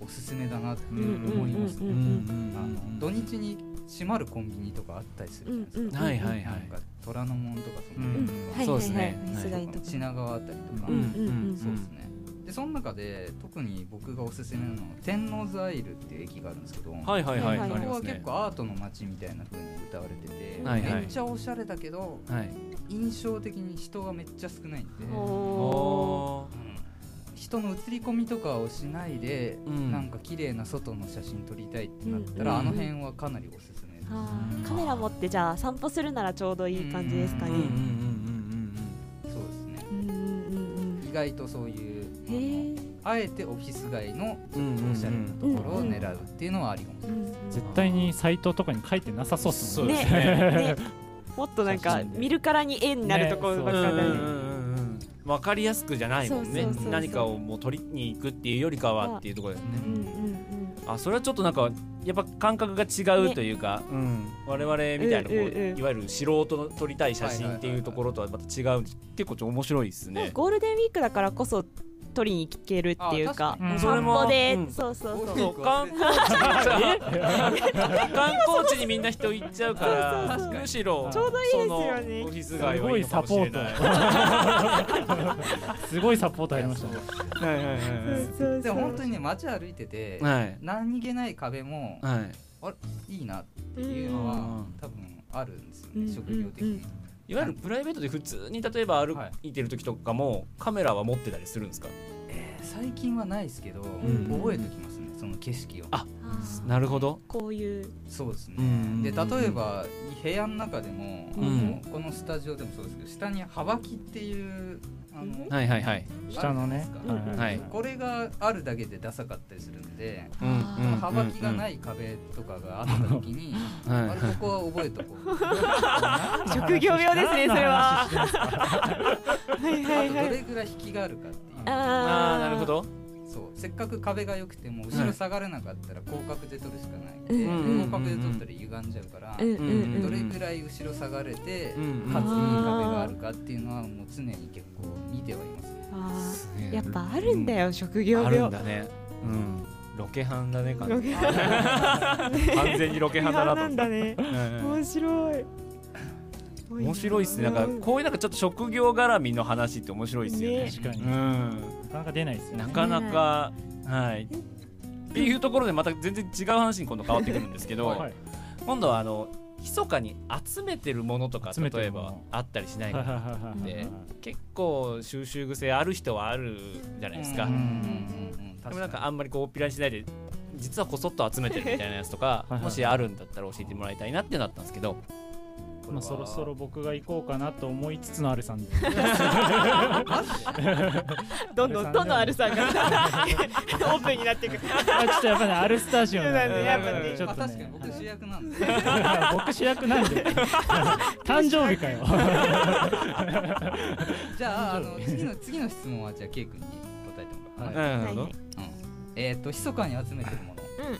Speaker 4: おすすめだなって
Speaker 2: うんうん
Speaker 4: 思います
Speaker 2: う
Speaker 1: うんん。
Speaker 2: う
Speaker 1: うんん
Speaker 4: あの土日に閉まるコンビニとかあったりするじゃないですか、
Speaker 2: うん
Speaker 1: はいは
Speaker 2: うん
Speaker 1: い
Speaker 4: な
Speaker 1: は
Speaker 4: ん
Speaker 1: い。
Speaker 4: か虎ノ門とかその
Speaker 3: うん
Speaker 4: 辺と
Speaker 2: はい
Speaker 1: そう
Speaker 2: は
Speaker 1: です
Speaker 2: い
Speaker 1: ね
Speaker 2: はい
Speaker 4: か、
Speaker 2: 世代とか
Speaker 4: 品川あたりとか、
Speaker 1: うん
Speaker 2: うんうんうん
Speaker 1: うん
Speaker 4: そうですねでその中で特に僕がおすすめなのは天王洲アイルっていう駅があるんですけど、
Speaker 1: はいはいはい。
Speaker 2: はい
Speaker 1: あ
Speaker 4: こ
Speaker 1: り
Speaker 4: こ
Speaker 1: ま
Speaker 4: は
Speaker 1: す
Speaker 4: 結
Speaker 1: ね。
Speaker 4: 構アートの街みたいな風に歌われてて、
Speaker 1: はいはい
Speaker 4: めっちゃおしゃれだけど
Speaker 1: はい。
Speaker 4: 印象的に人がめっちゃ少ないんで、
Speaker 2: おー
Speaker 1: お
Speaker 4: 人の写り込みとかをしないで、
Speaker 1: うん
Speaker 4: なんか綺麗な外の写真撮りたいってなったら、
Speaker 2: うん
Speaker 4: あの辺はかなりおすすめです、
Speaker 2: あーカメラ持ってじゃあ散歩するならちょうどいい感じですか
Speaker 1: ー。うん
Speaker 2: ね
Speaker 1: うんうんうん
Speaker 4: そうですね
Speaker 2: うんうん
Speaker 4: 意外とそういう
Speaker 2: うんへえ
Speaker 4: あのあえてオフィス街の
Speaker 1: うんうん。うんうん
Speaker 4: おしゃれなところを狙うっていうのはありかもしれない、
Speaker 3: 絶対にサイトとかに書いてなさそうっすもん
Speaker 2: ね
Speaker 3: ね
Speaker 2: ねもっとなんか見るからに絵になるところばっ
Speaker 1: うん
Speaker 2: か
Speaker 1: うん
Speaker 2: りだ
Speaker 1: うん
Speaker 2: ね
Speaker 1: うんわかりやすくじゃないもんね
Speaker 2: そうそうそうそう
Speaker 1: 何かをもう取りに行くっていうよりかはっていうところですね
Speaker 2: うんうん
Speaker 1: あそれはちょっとなんかやっぱ感覚が違うというか、うん、我々みたいなこう、
Speaker 2: うんうんうん
Speaker 1: いわゆる素人の撮りたい写真っていうところとはまた違う結構ちょっと面白いです
Speaker 2: うん
Speaker 1: ね。
Speaker 2: ゴールデンウィークだからこそ撮りに行けるっていう
Speaker 4: あ
Speaker 2: か
Speaker 4: 確
Speaker 3: かに
Speaker 2: 散歩で
Speaker 1: うん
Speaker 2: そうそうそう
Speaker 1: そう観光地観光地にみんな人行っちゃうから
Speaker 2: そうそうそう
Speaker 1: むしろ
Speaker 2: ちょうどいいですよね
Speaker 1: そのオフィス
Speaker 3: す
Speaker 1: 街はい
Speaker 3: ご
Speaker 1: い
Speaker 3: い
Speaker 1: のか
Speaker 3: サ
Speaker 1: もし
Speaker 3: ポ
Speaker 1: れ
Speaker 3: ー
Speaker 1: ない。
Speaker 3: トすごいサポートありましたね
Speaker 1: はいはいはいはい
Speaker 2: そう
Speaker 4: で
Speaker 2: そう
Speaker 4: も本当にね街歩いてて、
Speaker 1: はい
Speaker 4: 何気ない壁も
Speaker 1: はい
Speaker 4: いなって
Speaker 2: うん
Speaker 4: いうのは、
Speaker 1: うん
Speaker 4: 多分あるんですよね、
Speaker 2: うん
Speaker 4: 職業的に、
Speaker 2: うんうん
Speaker 1: いわゆるプライベートで普通に例えば歩
Speaker 4: はい
Speaker 1: いてる時とかもカメラは持ってたりするんですか
Speaker 4: 最近はないですけど、
Speaker 1: ん
Speaker 4: 覚えておきますねその景色を
Speaker 1: あ
Speaker 2: あー
Speaker 1: なるほど。
Speaker 2: こういう
Speaker 4: そうですね、
Speaker 1: うん
Speaker 4: で例えば部屋の中でも、あ
Speaker 1: う
Speaker 4: の
Speaker 1: ん
Speaker 4: このスタジオでもそうですけど下に幅木っていうあの、
Speaker 1: はいはいはい。
Speaker 3: 下の
Speaker 4: あ
Speaker 3: ね
Speaker 4: るじ
Speaker 2: う
Speaker 4: ゃ
Speaker 2: ん
Speaker 4: ないですか
Speaker 2: うん
Speaker 1: はい
Speaker 4: これがあるだけでダサかったりするんで、
Speaker 1: うんうん。
Speaker 4: 幅木がないい壁とかがあった時に、
Speaker 1: はい
Speaker 4: あれここは覚えとこう
Speaker 7: 職業病ですねそれは。はいは
Speaker 4: あ
Speaker 7: い
Speaker 4: と
Speaker 7: は
Speaker 4: ど
Speaker 7: い。
Speaker 4: れぐらい引きがあるかっていう
Speaker 1: あ
Speaker 2: あ
Speaker 1: あなるほど。
Speaker 4: そうせっかく壁が良くても後ろ下がれなかったら広角で撮るしかない、
Speaker 2: う
Speaker 1: う
Speaker 2: ん
Speaker 1: んうんうん
Speaker 4: 広角で撮ったら歪んじゃうから、
Speaker 2: うんうんうん
Speaker 4: どれぐらい後ろ下がれて、
Speaker 1: うん
Speaker 4: かついい壁があるかっていうのはもう常に結構見てはいますね
Speaker 2: あーやっぱあるんだよ職業
Speaker 1: あるん
Speaker 2: 病
Speaker 1: だね。うん。ロケハンだね完
Speaker 2: ロ
Speaker 1: 全
Speaker 2: ケ
Speaker 1: に。
Speaker 2: ハン
Speaker 1: 完全にロケハンだなと思
Speaker 2: な
Speaker 1: って。
Speaker 2: んだね
Speaker 1: うん
Speaker 2: 面白い
Speaker 1: 面白いっすね。なんかこういうなんかちょっと職業絡みの話って面白いっすよね。
Speaker 2: ね
Speaker 3: 確か
Speaker 1: う。
Speaker 3: になんかなか出ないですよ
Speaker 1: な
Speaker 3: ね
Speaker 1: かなかはい。っていうところでまた全然違う話に今度変わってくるんですけど、
Speaker 3: はい
Speaker 1: 今度はあの密かに集めてるものとか
Speaker 3: 集めて
Speaker 1: 例え
Speaker 3: るもの
Speaker 1: ばあったりしない
Speaker 3: は
Speaker 1: か
Speaker 3: いはい
Speaker 1: な
Speaker 3: はいはい
Speaker 1: で結構収集癖ある人はあるじゃないですか、
Speaker 3: うん
Speaker 1: でもなんかあんまりこう大っぴらにしないで実はこそっと集めてるみたいなやつとか
Speaker 3: はいはい
Speaker 1: もしあるんだったら教えてもらいたいなってなったんですけど
Speaker 3: まあ、そろそろ僕が行こうかなと思いつつのあるさんで
Speaker 5: どんどんどんどんアルさんが オープンになっていく。
Speaker 3: あちょっとやっぱねアルスタジオなんで
Speaker 5: やっぱね
Speaker 3: ちょっと、ね、
Speaker 4: 確かに僕主役なんで
Speaker 3: 僕主役なん で誕生日かよ
Speaker 4: じゃああの次の次の質問はじゃあ K 君に答えてもらおうかな、
Speaker 3: はい
Speaker 1: な
Speaker 2: はいはい
Speaker 4: えっ、と密かに集めてるもの
Speaker 2: うん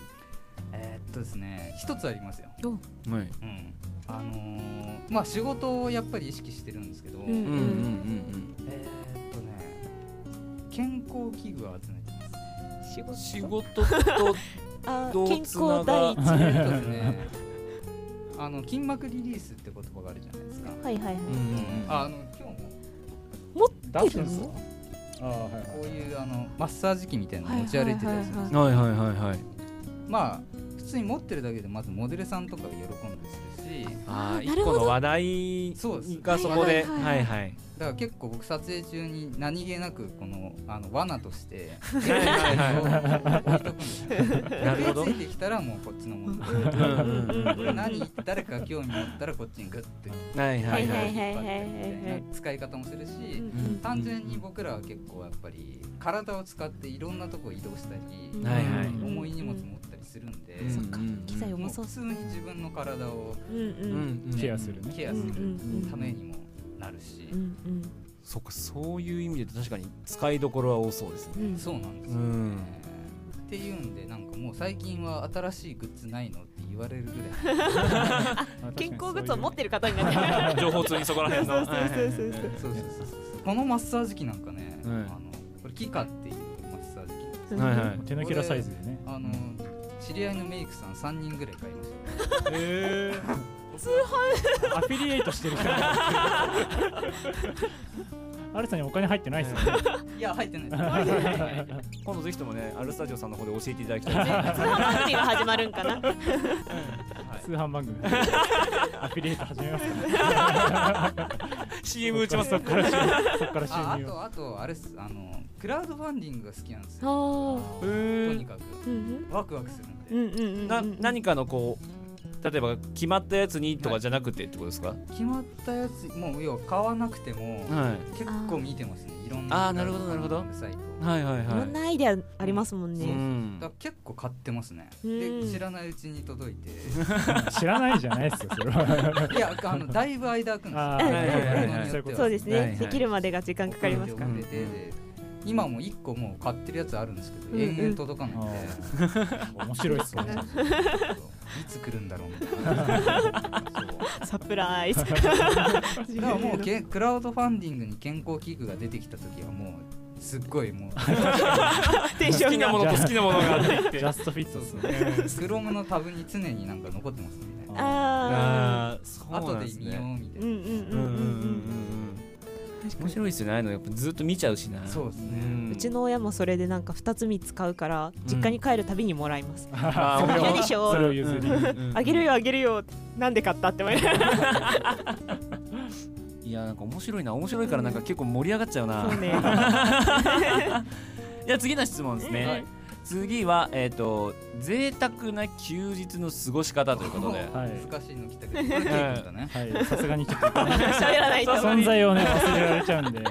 Speaker 4: えーっとですね一つありますよ、
Speaker 1: はい
Speaker 4: うん、あのー、まあ仕事をやっぱり意識してるんですけど、
Speaker 2: うん
Speaker 1: うんうんうん
Speaker 4: えーっとね健康器具を集めてます
Speaker 5: 仕
Speaker 1: うん
Speaker 5: 事
Speaker 1: 仕事と
Speaker 2: あ
Speaker 1: どう
Speaker 2: 健
Speaker 1: つな
Speaker 2: 康
Speaker 1: が
Speaker 2: 第一は
Speaker 4: えーっとですねあの筋膜リリースって言葉があるじゃないですか、
Speaker 2: いはいはい
Speaker 4: あの今日も
Speaker 3: 出すんすかああはいはい
Speaker 4: こういうあのマッサージ機みたいなの持ち歩いてたりするんですよ
Speaker 1: はいはいはいはい
Speaker 4: まあ普通に持ってるだけでまずモデルさんとかが喜んでするし
Speaker 1: あー
Speaker 2: な
Speaker 1: 一
Speaker 2: る
Speaker 1: 個
Speaker 2: ほど
Speaker 1: の話題
Speaker 4: そうです
Speaker 1: がそこで
Speaker 2: はい
Speaker 1: は
Speaker 2: はいい
Speaker 1: はい
Speaker 4: だから結構僕撮影中に何気なくこのあの罠として
Speaker 1: はいは
Speaker 4: 置いとくんですよ
Speaker 1: なるほど
Speaker 4: 食いついてきたらもうこっちのもの
Speaker 1: うんうんうんは
Speaker 4: 何誰か興味持ったらこっちにグッて
Speaker 1: いはいはい
Speaker 2: は
Speaker 1: はいい
Speaker 2: はいはいはいはい
Speaker 4: 使い方もするし、
Speaker 2: うん
Speaker 4: 単純に僕らは結構やっぱり体を使っていろんなとこ移動したり、
Speaker 2: うん
Speaker 1: はいはい
Speaker 2: うん
Speaker 4: 重い荷物持ったりするんで、
Speaker 2: そっか
Speaker 1: うんうんうん
Speaker 2: 機材重
Speaker 4: もう
Speaker 2: そう
Speaker 4: 普通に自分の体を
Speaker 2: うんう
Speaker 1: うん
Speaker 2: ん
Speaker 1: うん
Speaker 3: ケアするね
Speaker 4: ケアするためにもなるし、
Speaker 2: うんうん
Speaker 1: そっかそういう意味で言うと確かに使いどころは多そうですね
Speaker 2: うん
Speaker 4: そうなんですよね、っていうんでなんかもう最近は新しいグッズないのって言われるぐらい
Speaker 5: 健康グッズを持って
Speaker 3: る
Speaker 5: る方になっ て
Speaker 1: 情報通にそこら辺の
Speaker 5: そうそうそうそう
Speaker 4: そうそうそうそうこのマッサージ機なんかね、
Speaker 1: はい
Speaker 4: あのこれキカっていうマッサージ機なんです
Speaker 2: る
Speaker 1: はいはい
Speaker 3: 手のひらサイズでね
Speaker 4: あの知り合いのメイクさん3人ぐらい買いまし
Speaker 3: へえ通販アフィリエイトして る人アルさんにお金入ってないですよね
Speaker 4: たいや入ってないです
Speaker 1: 今度ぜひともねアルスタジオさんの方で教えていただきたい
Speaker 5: 通販番組が始まるんかな。
Speaker 3: 通販番 組アフィリエイト始めますか
Speaker 1: CM 打ちます
Speaker 3: そっから収入そっから 収
Speaker 4: ああ
Speaker 3: 入を
Speaker 4: とあとあれっすあのクラウドファンディングが好きなんですよ
Speaker 2: あ
Speaker 4: とにか
Speaker 2: ーうん
Speaker 4: くワクワクするん
Speaker 2: うん
Speaker 4: で
Speaker 2: うんうんうん
Speaker 1: な何かのこう例えば決まったやつにとかじゃなくてってことですか、はい、
Speaker 4: 決まったやつもう要は買わなくても結構見てますねいろんな
Speaker 1: あーなるほどなるほど
Speaker 4: クラウドファンディングサイト
Speaker 1: はいはいはい
Speaker 2: いろんなアイデアありますもん
Speaker 1: う
Speaker 2: ね
Speaker 1: ん
Speaker 4: だから結構買ってますね
Speaker 2: う
Speaker 4: で
Speaker 2: ん
Speaker 4: 知らないうちに 届いて
Speaker 3: 知らないじゃないですよそれは
Speaker 4: いやあのだいぶ間空くんですよ
Speaker 3: あ
Speaker 4: 買
Speaker 3: ー
Speaker 4: う
Speaker 1: はいはいはい
Speaker 4: ものによっては
Speaker 2: そうです
Speaker 1: はいは
Speaker 2: ね
Speaker 1: い
Speaker 2: できるまでが時間かかりますから
Speaker 4: 送ってで今も1個もう買ってるやつあるんですけど、
Speaker 2: うん
Speaker 4: 延々届かないんで、
Speaker 3: あー面白いっすね
Speaker 4: いつ来るんだろう みたいなそう
Speaker 5: サプライズ。
Speaker 4: だからもうけクラウドファンディングに健康器具が出てきた時はもうすっごいもう
Speaker 5: テンシ
Speaker 1: 好
Speaker 5: ョ
Speaker 1: き
Speaker 5: ン
Speaker 1: な
Speaker 5: が
Speaker 1: ものと好きなものがあ っていっ
Speaker 3: ジ
Speaker 1: て
Speaker 3: ャストフィッ
Speaker 4: そ
Speaker 3: ト
Speaker 4: う
Speaker 3: っす
Speaker 4: そう
Speaker 3: ね
Speaker 4: クロームのタブに常になんか残ってますみたいな
Speaker 2: あ
Speaker 1: ーそう
Speaker 4: 後
Speaker 1: なん
Speaker 4: です見よう
Speaker 1: ね
Speaker 4: みた
Speaker 2: ー
Speaker 4: いう
Speaker 1: ううう
Speaker 2: んうんうんんうん
Speaker 4: な、
Speaker 1: んうん
Speaker 2: ん
Speaker 1: うん面白いですよねああいうのやっぱずっと見ちゃうしな
Speaker 4: そうですね、
Speaker 2: うんうちの親もそれでなんか2つ3つ買うから実家に帰るたびにもらいます
Speaker 1: あー
Speaker 3: それを
Speaker 5: 嫌でしょ
Speaker 3: それを譲り
Speaker 5: あげるよあげるよなんで買ったって思いながら
Speaker 1: いやなんか面白いな面白いからなんか結構盛り上がっちゃうな
Speaker 5: そうね
Speaker 1: じゃあ次の質問ですね、
Speaker 5: はい
Speaker 1: 次はえっ、と贅沢な休日の過ごし方ということで
Speaker 3: はい
Speaker 4: 難しいの来た けどこれケイ君だね、
Speaker 3: はいさすがに ちょっと
Speaker 5: 喋らないと
Speaker 3: 存在をね忘れられちゃうんでい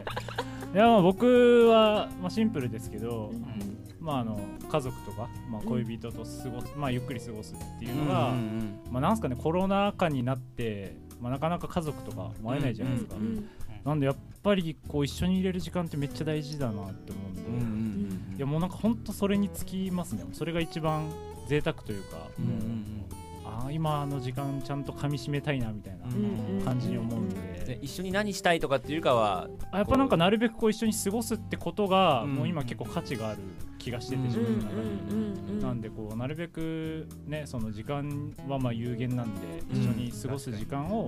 Speaker 3: やまあ僕は、まあ、シンプルですけど、まあ、あの家族とか、まあ、恋人と過ごす、まあ、ゆっくり過ごすっていうのが、
Speaker 1: うんうん
Speaker 3: まあ、なんすかねコロナ禍になって、まあ、なかなか家族とかも会えないじゃないですか、
Speaker 1: うん
Speaker 3: なんでやっぱりこう一緒にいれる時間ってめっちゃ大事だなって思うんで、
Speaker 1: うんうんうん
Speaker 3: いやもうなんかほんとそれに尽きますねそれが一番贅沢というか、
Speaker 1: うんうん
Speaker 3: ああ今の時間ちゃんと噛み締めたいなみたいな
Speaker 1: うん
Speaker 3: 感じに思うんで、
Speaker 1: うんで一緒に何したいとかっていうよりかは
Speaker 3: あやっぱなんかなるべくこう一緒に過ごすってことが、
Speaker 1: うん
Speaker 3: もう今結構価値がある気がしてて自
Speaker 2: うんうん
Speaker 3: 分の中で、
Speaker 2: うんうん
Speaker 3: なんでこうなるべくねその時間はまあ有限なんで一緒に過ごす時間を、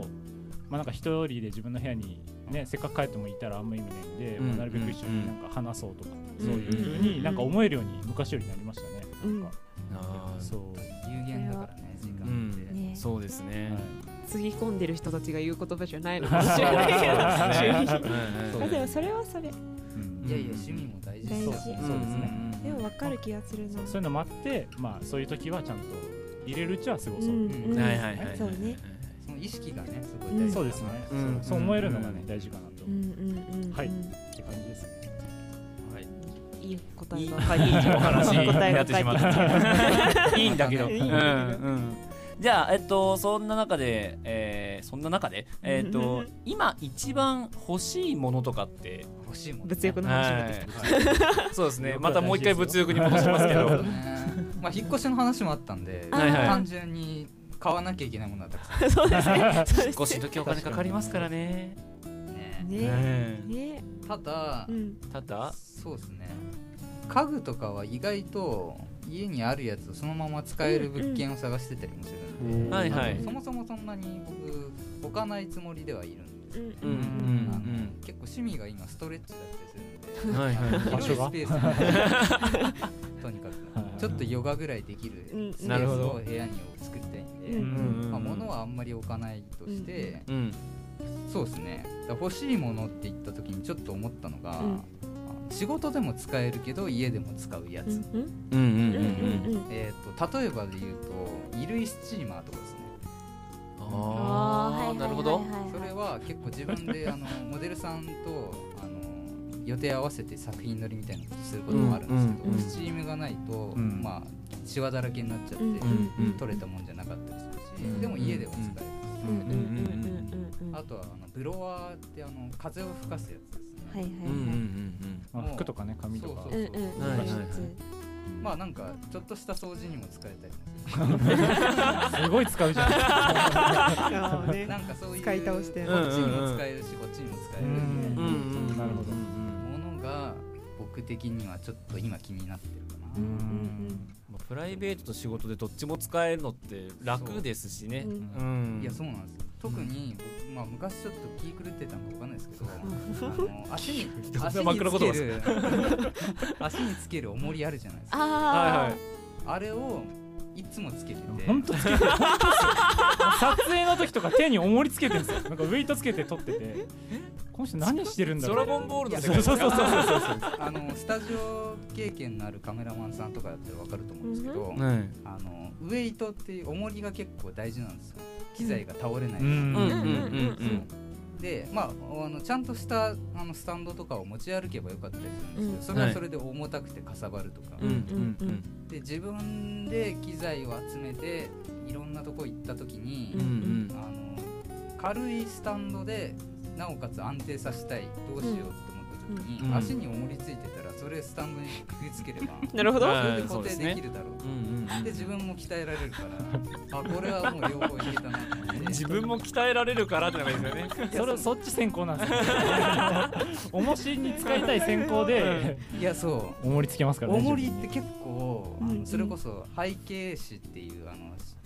Speaker 3: まあなんか一人で自分の部屋にねせっかく帰ってもいたらあんま意味ないんで、
Speaker 1: うん
Speaker 3: まあなるべく一緒になんか話そうとか、
Speaker 2: うん
Speaker 3: そういうふう
Speaker 5: うんうんう
Speaker 3: に
Speaker 5: ん
Speaker 3: なんか思えるように昔よりなりましたね。なんか
Speaker 1: あー
Speaker 3: そう
Speaker 4: 有限だからね時間って、
Speaker 2: うんね
Speaker 1: そうですね
Speaker 3: はい。
Speaker 5: つぎ込んでる人たちが言う言葉じゃないのかもしれないけど
Speaker 1: うんうん
Speaker 5: あでもそれはそれ
Speaker 3: うん
Speaker 4: いやいや趣味も大事
Speaker 2: 大
Speaker 4: だ
Speaker 2: 事
Speaker 3: そう
Speaker 4: よ
Speaker 3: そううんですね。
Speaker 2: でも分かる気がするな
Speaker 3: そうそういうのもあって、まあそういう時はちゃんと入れるうちは過ごそう。
Speaker 2: うんうん
Speaker 1: はいはいはい。
Speaker 2: そうね
Speaker 4: その意識がねすごい大事
Speaker 3: そうで すね。
Speaker 1: うん
Speaker 3: そう
Speaker 1: うん
Speaker 3: そう思えるのが
Speaker 1: うんう
Speaker 3: ね
Speaker 1: ん
Speaker 3: 大事かなと
Speaker 2: うんうんうん
Speaker 3: はい
Speaker 2: うん
Speaker 3: って感じですね。
Speaker 1: はい。
Speaker 5: いい答えが返ってきた
Speaker 1: お話に
Speaker 5: 答え
Speaker 1: な
Speaker 5: が
Speaker 1: ってしまっ
Speaker 5: 返ってき
Speaker 1: た。いいんだけど。
Speaker 5: い
Speaker 1: うんうん
Speaker 5: いだけど
Speaker 1: ん。じゃあえっとそんな中で、えー、そんな中でえっ と今一番欲しいものとかって。
Speaker 4: 欲しいもんね
Speaker 5: 物欲の話
Speaker 1: は
Speaker 5: も
Speaker 1: い。そうですね。またもう一回物欲に戻しますけ
Speaker 4: そ
Speaker 1: ど
Speaker 4: うだ。ねまあ引っ越しの話もあったんで
Speaker 2: はい
Speaker 1: はい
Speaker 4: 単純に買わなきゃいけないものはたくさんあ
Speaker 5: そうですねそうで す
Speaker 1: 少し時お金かかりますからね。
Speaker 4: るね
Speaker 5: ね
Speaker 1: ね
Speaker 5: ね
Speaker 4: ただ
Speaker 2: うん
Speaker 1: ただ。
Speaker 4: そうですね家具とかは意外と家にあるやつをそのまま使える物件を探してたりもするんで、
Speaker 1: はいはい
Speaker 4: あの。そもそもそんなに僕置かないつもりではいるんで、
Speaker 2: うん
Speaker 1: うんう
Speaker 4: あの
Speaker 1: ん
Speaker 4: 結構趣味が今ストレッチだったりするんで
Speaker 1: うん。はいはい。
Speaker 3: 場所が
Speaker 4: 広いスペー スとにか
Speaker 3: はいはい
Speaker 4: くちょっとヨガぐらいできる
Speaker 2: うん
Speaker 4: スペ
Speaker 1: なる
Speaker 4: ー
Speaker 1: ほ
Speaker 4: ス
Speaker 1: ど
Speaker 4: を部屋に作りたいんで、
Speaker 2: うん
Speaker 1: うん
Speaker 4: まあ、物はあんまり置かないとして、
Speaker 1: うん。
Speaker 4: そうですねだから欲しいものって言った時にちょっと思ったのが、
Speaker 2: うん
Speaker 4: あ仕事でも使えるけど家でも使うやつ、
Speaker 2: うんうん
Speaker 1: うんうん
Speaker 2: うんうんうん
Speaker 4: えー、と例えばで言うと衣類スチーマーとかですね
Speaker 1: ああ、なるほど。
Speaker 4: それは結構自分 であのモデルさんとあの予定合わせて作品撮りみたいなことすることもあるんですけど、
Speaker 1: うんうんうん
Speaker 4: スチームがないと、
Speaker 1: うん
Speaker 4: まあシワだらけになっちゃって、
Speaker 2: うん
Speaker 1: うんうん
Speaker 4: 撮れたもんじゃなかったりするし、
Speaker 1: うん
Speaker 4: でも家では使える、
Speaker 1: うんうんうん
Speaker 4: あとはあのブロワーってあの風を吹かすやつですね、
Speaker 2: はいはい
Speaker 1: うんうんうんうん
Speaker 2: は
Speaker 3: まあ服とかね髪とか
Speaker 4: そう
Speaker 2: い
Speaker 4: そう
Speaker 2: うんうん
Speaker 1: はいはいはい
Speaker 4: まあなんかちょっとした掃除にも使えたりもする
Speaker 3: すごい使うじゃん。
Speaker 5: そうね
Speaker 4: なんかそういう
Speaker 5: 使い倒して
Speaker 4: こっちにも使えるし、こっちに も使えるみ
Speaker 1: う
Speaker 4: たい
Speaker 1: んうん
Speaker 3: なるほど。
Speaker 4: なものが僕的にはちょっと今気になってるかな、
Speaker 1: まあプライベートと仕事でどっちも使えるのって楽ですしね。うん
Speaker 4: いやそうなんですよ特に僕、まあ、昔ちょっと気狂ってたのかわかんないですけどあの足 に
Speaker 1: んな
Speaker 4: 足に
Speaker 1: 枕
Speaker 4: つ
Speaker 1: 言葉
Speaker 4: け
Speaker 1: で
Speaker 4: る 足につける重りあるじゃないですか
Speaker 2: ああ
Speaker 4: あれをいつもつけてて
Speaker 3: 本当つけてる。本当っすよ撮影の時とか手に重りつけてるんですよ。なんかウェイトつけて撮ってて。この人何してるんだろう。
Speaker 1: ドラゴンボールの世
Speaker 3: そう
Speaker 1: 界
Speaker 3: そうそうそう。
Speaker 4: あのスタジオ経験のあるカメラマンさんとかだったらわかると思うんですけど、
Speaker 1: はい。
Speaker 4: あのウェイトっていう重りが結構大事なんですよ機材が倒れない、
Speaker 1: うんうん
Speaker 3: うんうん
Speaker 1: うん
Speaker 4: でまああのちゃんとしたあのスタンドとかを持ち歩けばよかったりするんですけど、それ
Speaker 1: は
Speaker 4: はいそれで重たくてかさばるとか、
Speaker 1: うん。うんうんうん
Speaker 4: で自分で機材を集めていろんなとこ行った時に、
Speaker 1: うん
Speaker 4: あの軽いスタンドでなおかつ安定させたいどうしようと思った時に、
Speaker 1: うんうん
Speaker 4: 足に重りついてたらそれスタンドにくくりつければ
Speaker 5: なるほど
Speaker 1: はい
Speaker 4: それ
Speaker 1: そ
Speaker 4: で固
Speaker 1: うで
Speaker 4: 定
Speaker 1: す
Speaker 4: で
Speaker 1: ね
Speaker 4: きるだろう
Speaker 1: うんうんうん
Speaker 4: で自分も鍛えられるからあこれはもう両方いけたなと思って
Speaker 1: 自分も鍛えられるからってのがいいですよね。
Speaker 3: それそっち先行なんですよ。 重しに使いたい先行で
Speaker 4: いやそ
Speaker 3: 重りつけます
Speaker 4: う
Speaker 3: からね。
Speaker 4: 重りっ
Speaker 3: 自
Speaker 4: て
Speaker 3: 分に
Speaker 4: 結構あ
Speaker 2: うんうん
Speaker 4: のそれこそ背景紙っていうあの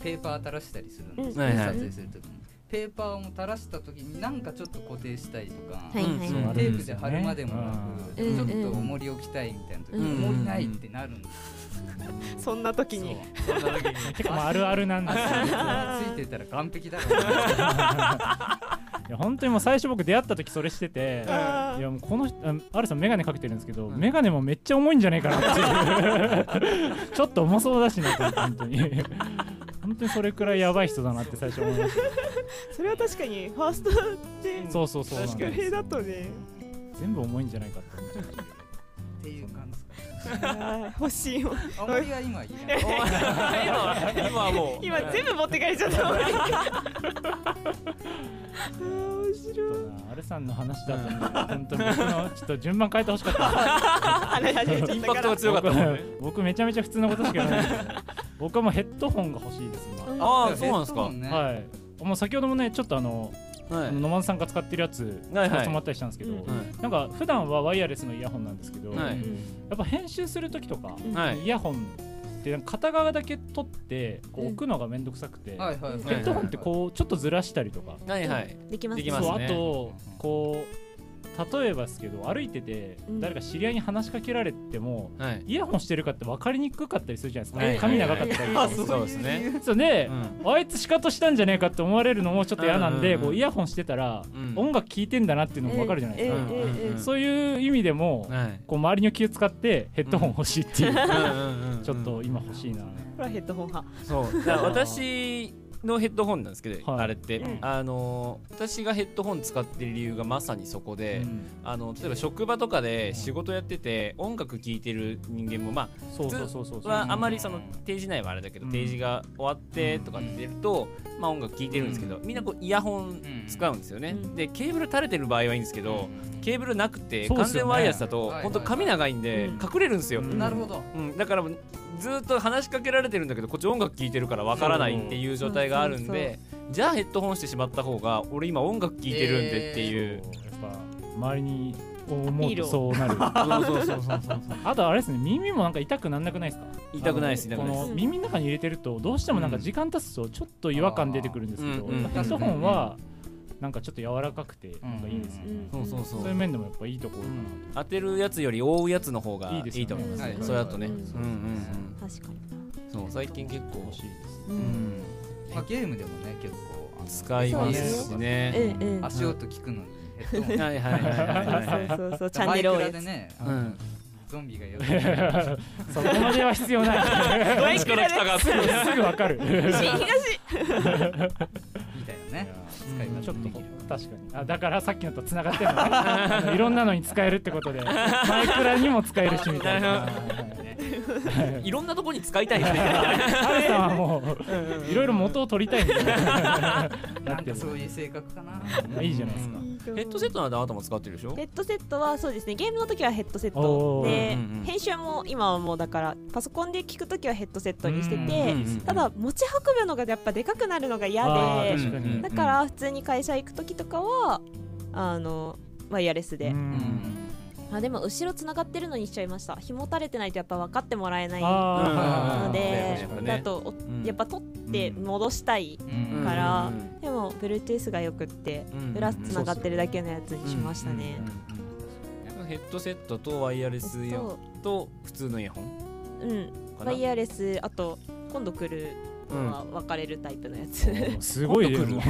Speaker 4: ペーパー垂らしたりするんです
Speaker 2: うん
Speaker 4: よ
Speaker 1: はいはい
Speaker 4: 撮影するときにペーパーを垂らしたときになんかちょっと固定したいとか、
Speaker 2: はいはい
Speaker 1: うん
Speaker 2: は
Speaker 1: あ
Speaker 4: テ
Speaker 1: るん
Speaker 4: ー
Speaker 1: で
Speaker 4: プ
Speaker 1: す
Speaker 4: で
Speaker 3: よね
Speaker 4: 貼るまでもなく、
Speaker 2: うん
Speaker 4: ちょっと重りを着たいみたいな時、
Speaker 2: うん
Speaker 4: に重りないってなるんです
Speaker 5: そんな時
Speaker 4: よ、
Speaker 5: に
Speaker 3: 結構まああるあるなんです よ。
Speaker 4: そうついてたら完璧だから、
Speaker 3: いや本当にもう最初僕出会った時それしてて、いやもうこの人あアルさんメガネかけてるんですけど、メガネもめっちゃ重いんじゃねえかなっ ていうちょっと重そうだしなと思って本当に本当にそれくらいやばい人だなって最初思いました
Speaker 5: それは確かにファーストで
Speaker 3: そうそうそう
Speaker 5: 確かにだとね
Speaker 3: 全部重いんじゃないかって思っちゃう
Speaker 4: っていう感じです
Speaker 5: あー欲しいもん
Speaker 4: か重りは今いらない
Speaker 1: 今今はもう
Speaker 5: 今全部持ってかれちゃった俺あー面
Speaker 3: ちょ
Speaker 5: 白
Speaker 3: っ
Speaker 5: い
Speaker 3: となアルさんの話だと本当に僕のちょっと順番変えてほしかった
Speaker 5: 話始めちゃった
Speaker 1: インパクトが強かったもんね。
Speaker 3: 僕僕めちゃめちゃ普通のことしか言わないんで僕はもうヘッドホンが欲しい です今、
Speaker 1: ああそうなんですか。
Speaker 4: はい
Speaker 3: はいもう先ほどもねちょっとあの
Speaker 1: はい
Speaker 3: 野間さんが使ってるやつ使
Speaker 1: はいはい
Speaker 3: わせてもらったりしたんですけど、
Speaker 2: うん
Speaker 3: なんか普段はワイヤレスのイヤホンなんですけど、
Speaker 1: は
Speaker 3: や
Speaker 1: い
Speaker 3: っぱ編集する時とか、
Speaker 1: はい
Speaker 3: イヤホンってなんか片側だけ取ってこう
Speaker 2: うん
Speaker 3: 置くのが面倒くさくて、
Speaker 4: はいはいはい
Speaker 3: ヘッドホンってこうちょっとずらしたりとか、
Speaker 1: はいはい。
Speaker 2: できます
Speaker 1: できます
Speaker 3: そう
Speaker 1: ね
Speaker 3: あとこ例えばですけど歩いてて
Speaker 5: うん
Speaker 3: 誰か知り合いに話しかけられても、
Speaker 1: はい
Speaker 3: イヤホンしてるかって分かりにくかったりするじゃないですか、
Speaker 1: はい
Speaker 3: 髪長かったりとか、
Speaker 1: そうですね。
Speaker 3: そうで、
Speaker 1: う
Speaker 3: あいつシカトしたんじゃねえかって思われるのもちょっと嫌なんで、
Speaker 1: うんうんうん
Speaker 3: こうイヤホンしてたら、
Speaker 1: うん
Speaker 3: 音楽聴いてんだなっていうのも分かるじゃないですか、
Speaker 5: ええええええ
Speaker 1: うん
Speaker 3: そういう意味でも、
Speaker 1: はい。
Speaker 3: こう周りの気を使ってヘッドホン欲しいっていう、 ち
Speaker 1: ち
Speaker 3: ょっと今欲しいな、
Speaker 5: これはヘッドホン派
Speaker 1: そうだから私のヘッドホンなんですけど、
Speaker 3: はい
Speaker 1: あれって、
Speaker 5: うん
Speaker 1: あのー私がヘッドホン使ってる理由がまさにそこで、あの例えば職場とかで仕事やってて音楽聴いてる人間もまあ
Speaker 3: そうそうそうそう
Speaker 1: 僕
Speaker 3: そう
Speaker 1: はあまりその定時内はあれだけど、
Speaker 3: うん
Speaker 1: 定時が終わってとかって出ると、まあ音楽聴いてるんですけど、みんなこうイヤホン使うんですよね、
Speaker 5: うん
Speaker 1: でケーブル垂れてる場合はいいんですけど、ケーブルなくて、
Speaker 3: そうっ
Speaker 1: 完
Speaker 3: すよね
Speaker 1: 全ワイヤレスだと、
Speaker 4: はい
Speaker 1: 本当髪長いんで、
Speaker 5: うん
Speaker 1: 隠れるんですよ、
Speaker 3: うん
Speaker 4: なるほど。
Speaker 1: うん、だからもうずーっと話しかけられてるんだけどこっち音楽聴いてるからわからないっていう状態があるんでじゃあヘッドホンしてしまった方が俺今音楽聴いてるんでっていう、
Speaker 3: そうやっぱ周りにこう
Speaker 5: ア
Speaker 3: 思
Speaker 5: ピ
Speaker 3: う
Speaker 5: ール
Speaker 3: と
Speaker 5: を
Speaker 3: そうなる
Speaker 1: そうそうそうそうそう
Speaker 3: あとあれですね耳もなんか痛くなんなくないですか
Speaker 1: 痛くないです
Speaker 3: あ
Speaker 1: 痛
Speaker 3: の
Speaker 1: くないで
Speaker 3: こ
Speaker 1: す
Speaker 3: の耳の中に入れてるとどうしてもなんか時間経つとちょっと違和感出てくるんですけど、
Speaker 1: うん
Speaker 3: ヘッドホンはなんかちょっと柔らかくてなんかいいですよ、
Speaker 5: う
Speaker 3: ね
Speaker 5: ん
Speaker 1: そうそうそ
Speaker 3: そういう
Speaker 1: う
Speaker 3: 面でもやっぱいいところかなと、
Speaker 1: 当てるやつより覆うやつの方が
Speaker 3: いいですよね
Speaker 1: いいと思いますね
Speaker 4: はい
Speaker 1: それだとね
Speaker 2: う
Speaker 1: うんんうん
Speaker 2: 確かにな
Speaker 1: うんそう最近結構
Speaker 3: 欲しいです
Speaker 2: う
Speaker 1: うんん
Speaker 4: まあゲームでもね結構あの
Speaker 1: 使いますしね
Speaker 2: ええええ
Speaker 4: 足音聞くのにヘッドホ
Speaker 1: は
Speaker 4: ン
Speaker 1: いはいはいはいはい
Speaker 2: そうそうそうチャンネルを
Speaker 4: マイ
Speaker 2: や
Speaker 4: クラで
Speaker 2: つ
Speaker 4: ね、あ
Speaker 1: う
Speaker 4: の
Speaker 1: ん
Speaker 4: ゾンビが寄って
Speaker 3: そこまでは必要ない
Speaker 5: どっちから来たか
Speaker 3: すぐすぐわかる
Speaker 5: 西東
Speaker 4: みたいなね。
Speaker 1: うん
Speaker 4: 使い方
Speaker 3: ちょっと
Speaker 4: でき
Speaker 3: こ
Speaker 4: る
Speaker 3: う確かにあだからさっきのと繋がってるのねあのいろんなのに使えるってことでマイクラにも使えるしみたい
Speaker 1: な
Speaker 3: な。はい
Speaker 1: いろんなとこに使いたいですね
Speaker 3: ハルさんはもういろいろ元を取りたいみたいな
Speaker 4: な
Speaker 3: なんっ
Speaker 4: か
Speaker 3: て
Speaker 4: そう
Speaker 3: る
Speaker 4: いう性格かな。
Speaker 3: いいじゃないですか
Speaker 1: うん
Speaker 2: ヘ
Speaker 1: ヘッドセットなんてあなたも使ってるでしょ
Speaker 2: ヘッドセットはそうですねゲームの時はヘッドセット
Speaker 3: おー
Speaker 2: で、
Speaker 1: うんうん
Speaker 2: 編集も今はもうだからパソコンで聞く時はヘッドセットにして
Speaker 3: うん
Speaker 2: て、ただ持ち運ぶのがやっぱでかくなるのが嫌
Speaker 3: あ
Speaker 2: で
Speaker 3: ー、確かに
Speaker 2: だから普通に会社行く時とかはあのワイヤレスで、
Speaker 3: うん
Speaker 2: あでも後ろつながってるのにしちゃいました紐垂れてないとやっぱ分かってもらえないの
Speaker 3: あー
Speaker 1: ー
Speaker 2: で
Speaker 1: うん、
Speaker 2: だとお
Speaker 1: うん
Speaker 2: やっぱ取って戻したい、
Speaker 4: うん
Speaker 2: から
Speaker 1: うんうん
Speaker 2: でも Bluetooth がよくって
Speaker 1: うん
Speaker 2: 裏つながってるだけのやつにしましたね。
Speaker 1: ヘッドセットとワイヤレスイ
Speaker 2: えっ
Speaker 1: ヤホ
Speaker 2: と
Speaker 1: ンと普通のイヤホン
Speaker 2: うん、
Speaker 1: かな
Speaker 2: ワイヤレスあと今度来るのは分かれるタイプのやつ、い
Speaker 3: すごいね
Speaker 1: もっと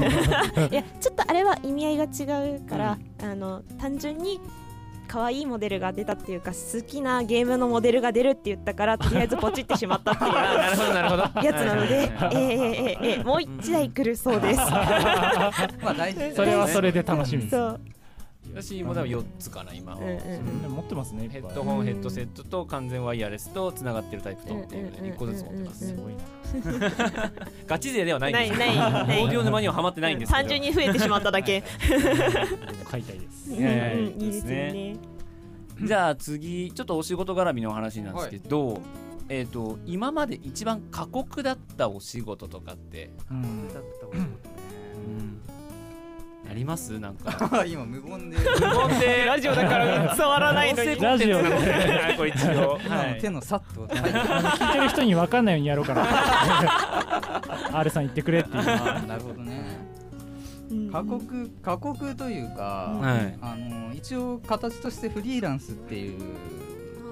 Speaker 2: やちょっとあれは意味合いが違うから、あの単純に可愛いモデルが出たっていうか好きなゲームのモデルが出るって言ったからとりあえずポチってしまったっていう
Speaker 1: なるほどなるほど
Speaker 2: やつなのでええええええもう
Speaker 1: うん
Speaker 2: 一台来るそうです
Speaker 4: まあ大事。
Speaker 3: それはそれで楽しみです
Speaker 2: そう、
Speaker 1: 私も多分4つかな今
Speaker 2: うんうん
Speaker 3: でも持ってますねいっぱ
Speaker 1: ヘ
Speaker 3: い
Speaker 1: ッドホンヘッドセットと完全ワイヤレスとつながってるタイプとっていう
Speaker 2: うんうんうんうんうん
Speaker 1: 1個ずつ持ってます
Speaker 3: すごいな
Speaker 1: ガチ勢ではないん
Speaker 2: な
Speaker 1: です
Speaker 2: い
Speaker 1: けど
Speaker 2: ないない
Speaker 1: オーディオ沼にはハマってないんですけど
Speaker 2: 単純に増えてしまっただけ
Speaker 3: 買いたいです
Speaker 2: うん
Speaker 1: やいや
Speaker 2: うんいいですよね
Speaker 1: じゃあ次ちょっとお仕事絡みのお話なんですけど、えっ、と今まで一番過酷だったお仕事とかって、
Speaker 3: うん
Speaker 4: だったお仕事ね
Speaker 1: ありますなん か
Speaker 4: 今無言で。
Speaker 1: 飛んで
Speaker 5: ラジオだ から触らないのに
Speaker 3: ラジオで
Speaker 1: これ一応
Speaker 4: 今の手のさっと入 って
Speaker 3: あの聞いてる人に分かんないようにやろうか な R さん言ってくれっていう
Speaker 4: あーなるほどね。
Speaker 2: うん
Speaker 4: 過酷過酷というか、
Speaker 1: はい
Speaker 4: あの一応形としてフリーランスっていう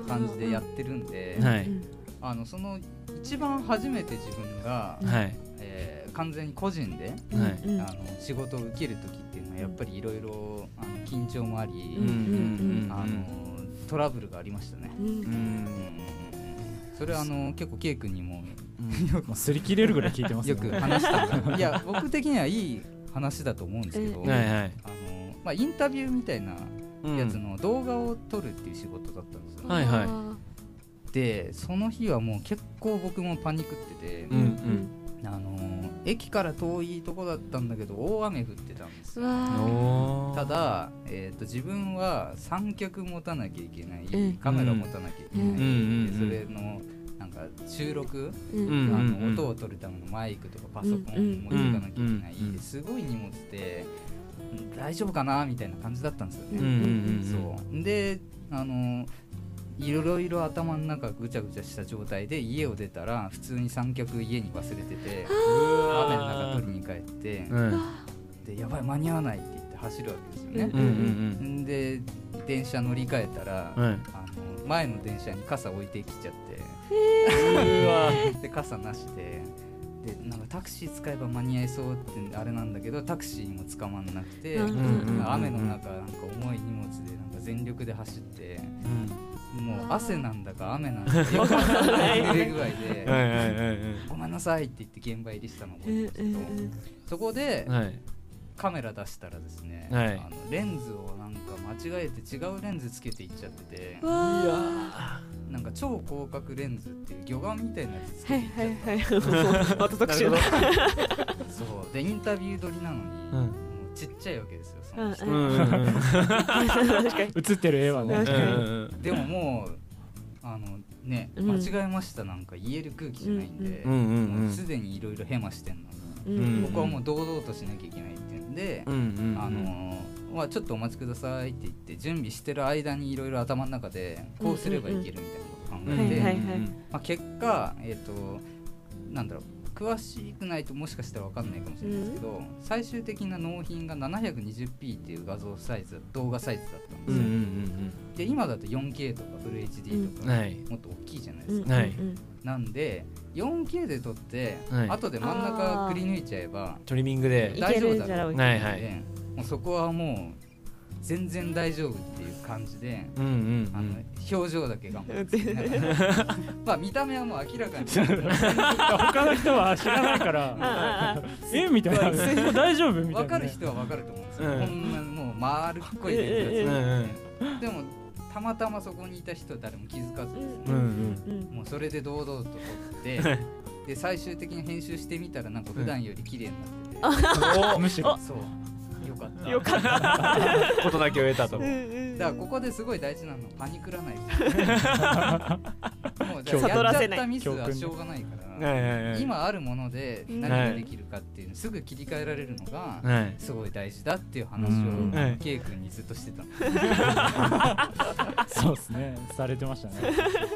Speaker 4: 感じでやってるんで、
Speaker 1: は
Speaker 2: う
Speaker 1: い
Speaker 2: ん
Speaker 4: あのその一番初めて自分が、
Speaker 1: はい
Speaker 4: えー完全に個人で、
Speaker 2: うん
Speaker 1: はい
Speaker 2: うん
Speaker 4: あの仕事を受ける時っていうのはやっぱりいろいろあの緊張もあり、
Speaker 1: うんうんうん
Speaker 4: あのトラブルがありましたね。
Speaker 2: うん
Speaker 1: う
Speaker 4: うん
Speaker 1: ん
Speaker 4: それはあの結構 K 君にも
Speaker 3: もう擦り切れるぐらい聞いてます
Speaker 4: よ
Speaker 3: よ
Speaker 4: く話したいや僕的にはいい話だと思うんですけど、
Speaker 2: うん
Speaker 1: はいはい
Speaker 4: あのまあ、インタビューみたいな
Speaker 1: うん
Speaker 4: やつの動画を撮るっていう仕事だったんですよ、
Speaker 1: はいはい
Speaker 4: でその日はもう結構僕もパニクってて、
Speaker 1: うんうん
Speaker 4: あの駅から遠いとこだったんだけど大雨降ってたんです
Speaker 2: う
Speaker 4: よ
Speaker 2: わ
Speaker 1: おー
Speaker 4: ただ、えー、と自分は三脚持たなきゃいけないカメラ持たなきゃいけない、
Speaker 2: うん
Speaker 1: うん
Speaker 4: でそれのなんか収録、
Speaker 2: ーうん
Speaker 1: うん
Speaker 4: あの音を取るためのマイクとかパソコンを持っていかなきゃいけない、
Speaker 1: うんうん
Speaker 4: すごい荷物でうん大丈夫かなみたいな感じだったんですよ
Speaker 1: う
Speaker 4: ね
Speaker 1: んう、ん
Speaker 4: そうであのいろいろ頭の中ぐちゃぐちゃした状態で家を出たら普通に三脚家に忘れてて
Speaker 1: うんうわ
Speaker 4: 雨
Speaker 1: ー
Speaker 4: の中取りに帰って
Speaker 1: うん
Speaker 4: でやばい間に合わないって言って走るわけですよね
Speaker 1: う、んうん
Speaker 4: んで電車乗り換えたら、
Speaker 1: うんはい
Speaker 4: あの前の電車に傘置いてきちゃって
Speaker 1: うわ
Speaker 4: で傘なしででなんかタクシー使えば間に合いそうってあれなんだけどタクシーにも捕まんなくて、
Speaker 5: うん
Speaker 1: うんうん
Speaker 4: 雨の中なんか重い荷物でなんか全力で走ってもう汗なんだか雨なんだかよくわかんない濡れ具合で
Speaker 1: はいはいはい
Speaker 4: 「ごめんなさい」って言って現場入りしたのを覚
Speaker 5: うん
Speaker 4: え
Speaker 5: う
Speaker 4: てますけど
Speaker 5: ん
Speaker 4: そこで
Speaker 1: はいはい
Speaker 4: カメラ出したらですね、
Speaker 1: はい
Speaker 4: あのレンズをなんか間違えて違うレンズつけていっちゃってて
Speaker 5: うん。わ
Speaker 4: なんか超広角レンズっていう魚眼みたいなやつつ
Speaker 5: ーは
Speaker 4: け
Speaker 5: い
Speaker 4: ていっちゃって、
Speaker 5: はいはい。
Speaker 9: また特集だ
Speaker 4: そうでインタビュー撮りなの
Speaker 1: う
Speaker 4: に、
Speaker 1: ん
Speaker 4: もうちっちゃいわけですよその人
Speaker 5: う
Speaker 1: うん
Speaker 5: ん
Speaker 1: うんうん
Speaker 5: 確かに。
Speaker 3: 映ってる絵はね
Speaker 5: 確かに
Speaker 1: うんうん
Speaker 4: でももうあのね
Speaker 5: うん
Speaker 4: 間違えましたなんか言える空気じゃないんで、
Speaker 1: うんうんうん
Speaker 4: もうすでにいろいろヘマしてんのに、
Speaker 5: うん
Speaker 4: ここはもう堂々としなきゃいけないっていうんで、
Speaker 1: うんうんうん
Speaker 4: あのーまあ、ちょっとお待ちくださいって言って準備してる間にいろいろ頭の中でこうすればいけるみたいなことを考えて、
Speaker 5: うんうんうんはいはいはい
Speaker 4: まあ、結果、えー、となんだろう詳しくないともしかしたら分かんないかもしれないですけど、最終的な納品が 720p っていう画像サイズ動画サイズだったんで
Speaker 1: う
Speaker 4: す
Speaker 1: ん
Speaker 4: よ、
Speaker 1: うん
Speaker 4: で今だと 4K とかフル HD と
Speaker 1: うん
Speaker 4: か、
Speaker 1: はい
Speaker 4: もっと大きいじゃないですか、
Speaker 1: はい
Speaker 5: うん
Speaker 4: なんで 4K で撮って、
Speaker 1: はい
Speaker 4: 後で真ん中くり抜いちゃえば
Speaker 1: トリミングで
Speaker 4: 大丈夫
Speaker 5: いけるんじゃ
Speaker 4: だろ
Speaker 5: ろう
Speaker 4: う
Speaker 5: け
Speaker 4: っ
Speaker 5: ど
Speaker 4: て
Speaker 1: はいいうはい
Speaker 4: のでもうそこはもう全然大丈夫っていう感じで。
Speaker 1: うんうんう
Speaker 4: あの
Speaker 1: ん
Speaker 4: 表情だけ頑 張って作りながらまあ見た目はもう明らかに
Speaker 3: 他の人は知らないから
Speaker 5: あー
Speaker 3: えみたいな大丈夫みたいな
Speaker 4: 分かる人は分かると思うんですよ、
Speaker 1: うん
Speaker 4: こんなもう丸っこいレンズ
Speaker 1: うん
Speaker 4: が
Speaker 1: うん
Speaker 4: ついててでもたまたまそこにいた人は誰も気づかずですね、
Speaker 1: うんうん
Speaker 5: あーうん
Speaker 4: もうそれで堂々と 撮ってで最終的に編集してみたらなんか普段より綺麗になってて、
Speaker 3: むしろ
Speaker 4: そうよかった
Speaker 9: よかった
Speaker 1: ことだけを得たと
Speaker 5: うんうん
Speaker 4: だからここですごい大事なのはパニクらないもうじ
Speaker 3: 教訓
Speaker 4: ゃあやっちゃったミスはしょうがないか
Speaker 1: は
Speaker 4: ら、
Speaker 1: いはいはい
Speaker 4: 今あるもので何ができるかっていうのすぐ切り替えられるのが
Speaker 1: はい
Speaker 4: すごい大事だっていう話を
Speaker 3: うん
Speaker 1: はい
Speaker 4: K 君にずっとしてたの
Speaker 3: そうですねされてましたね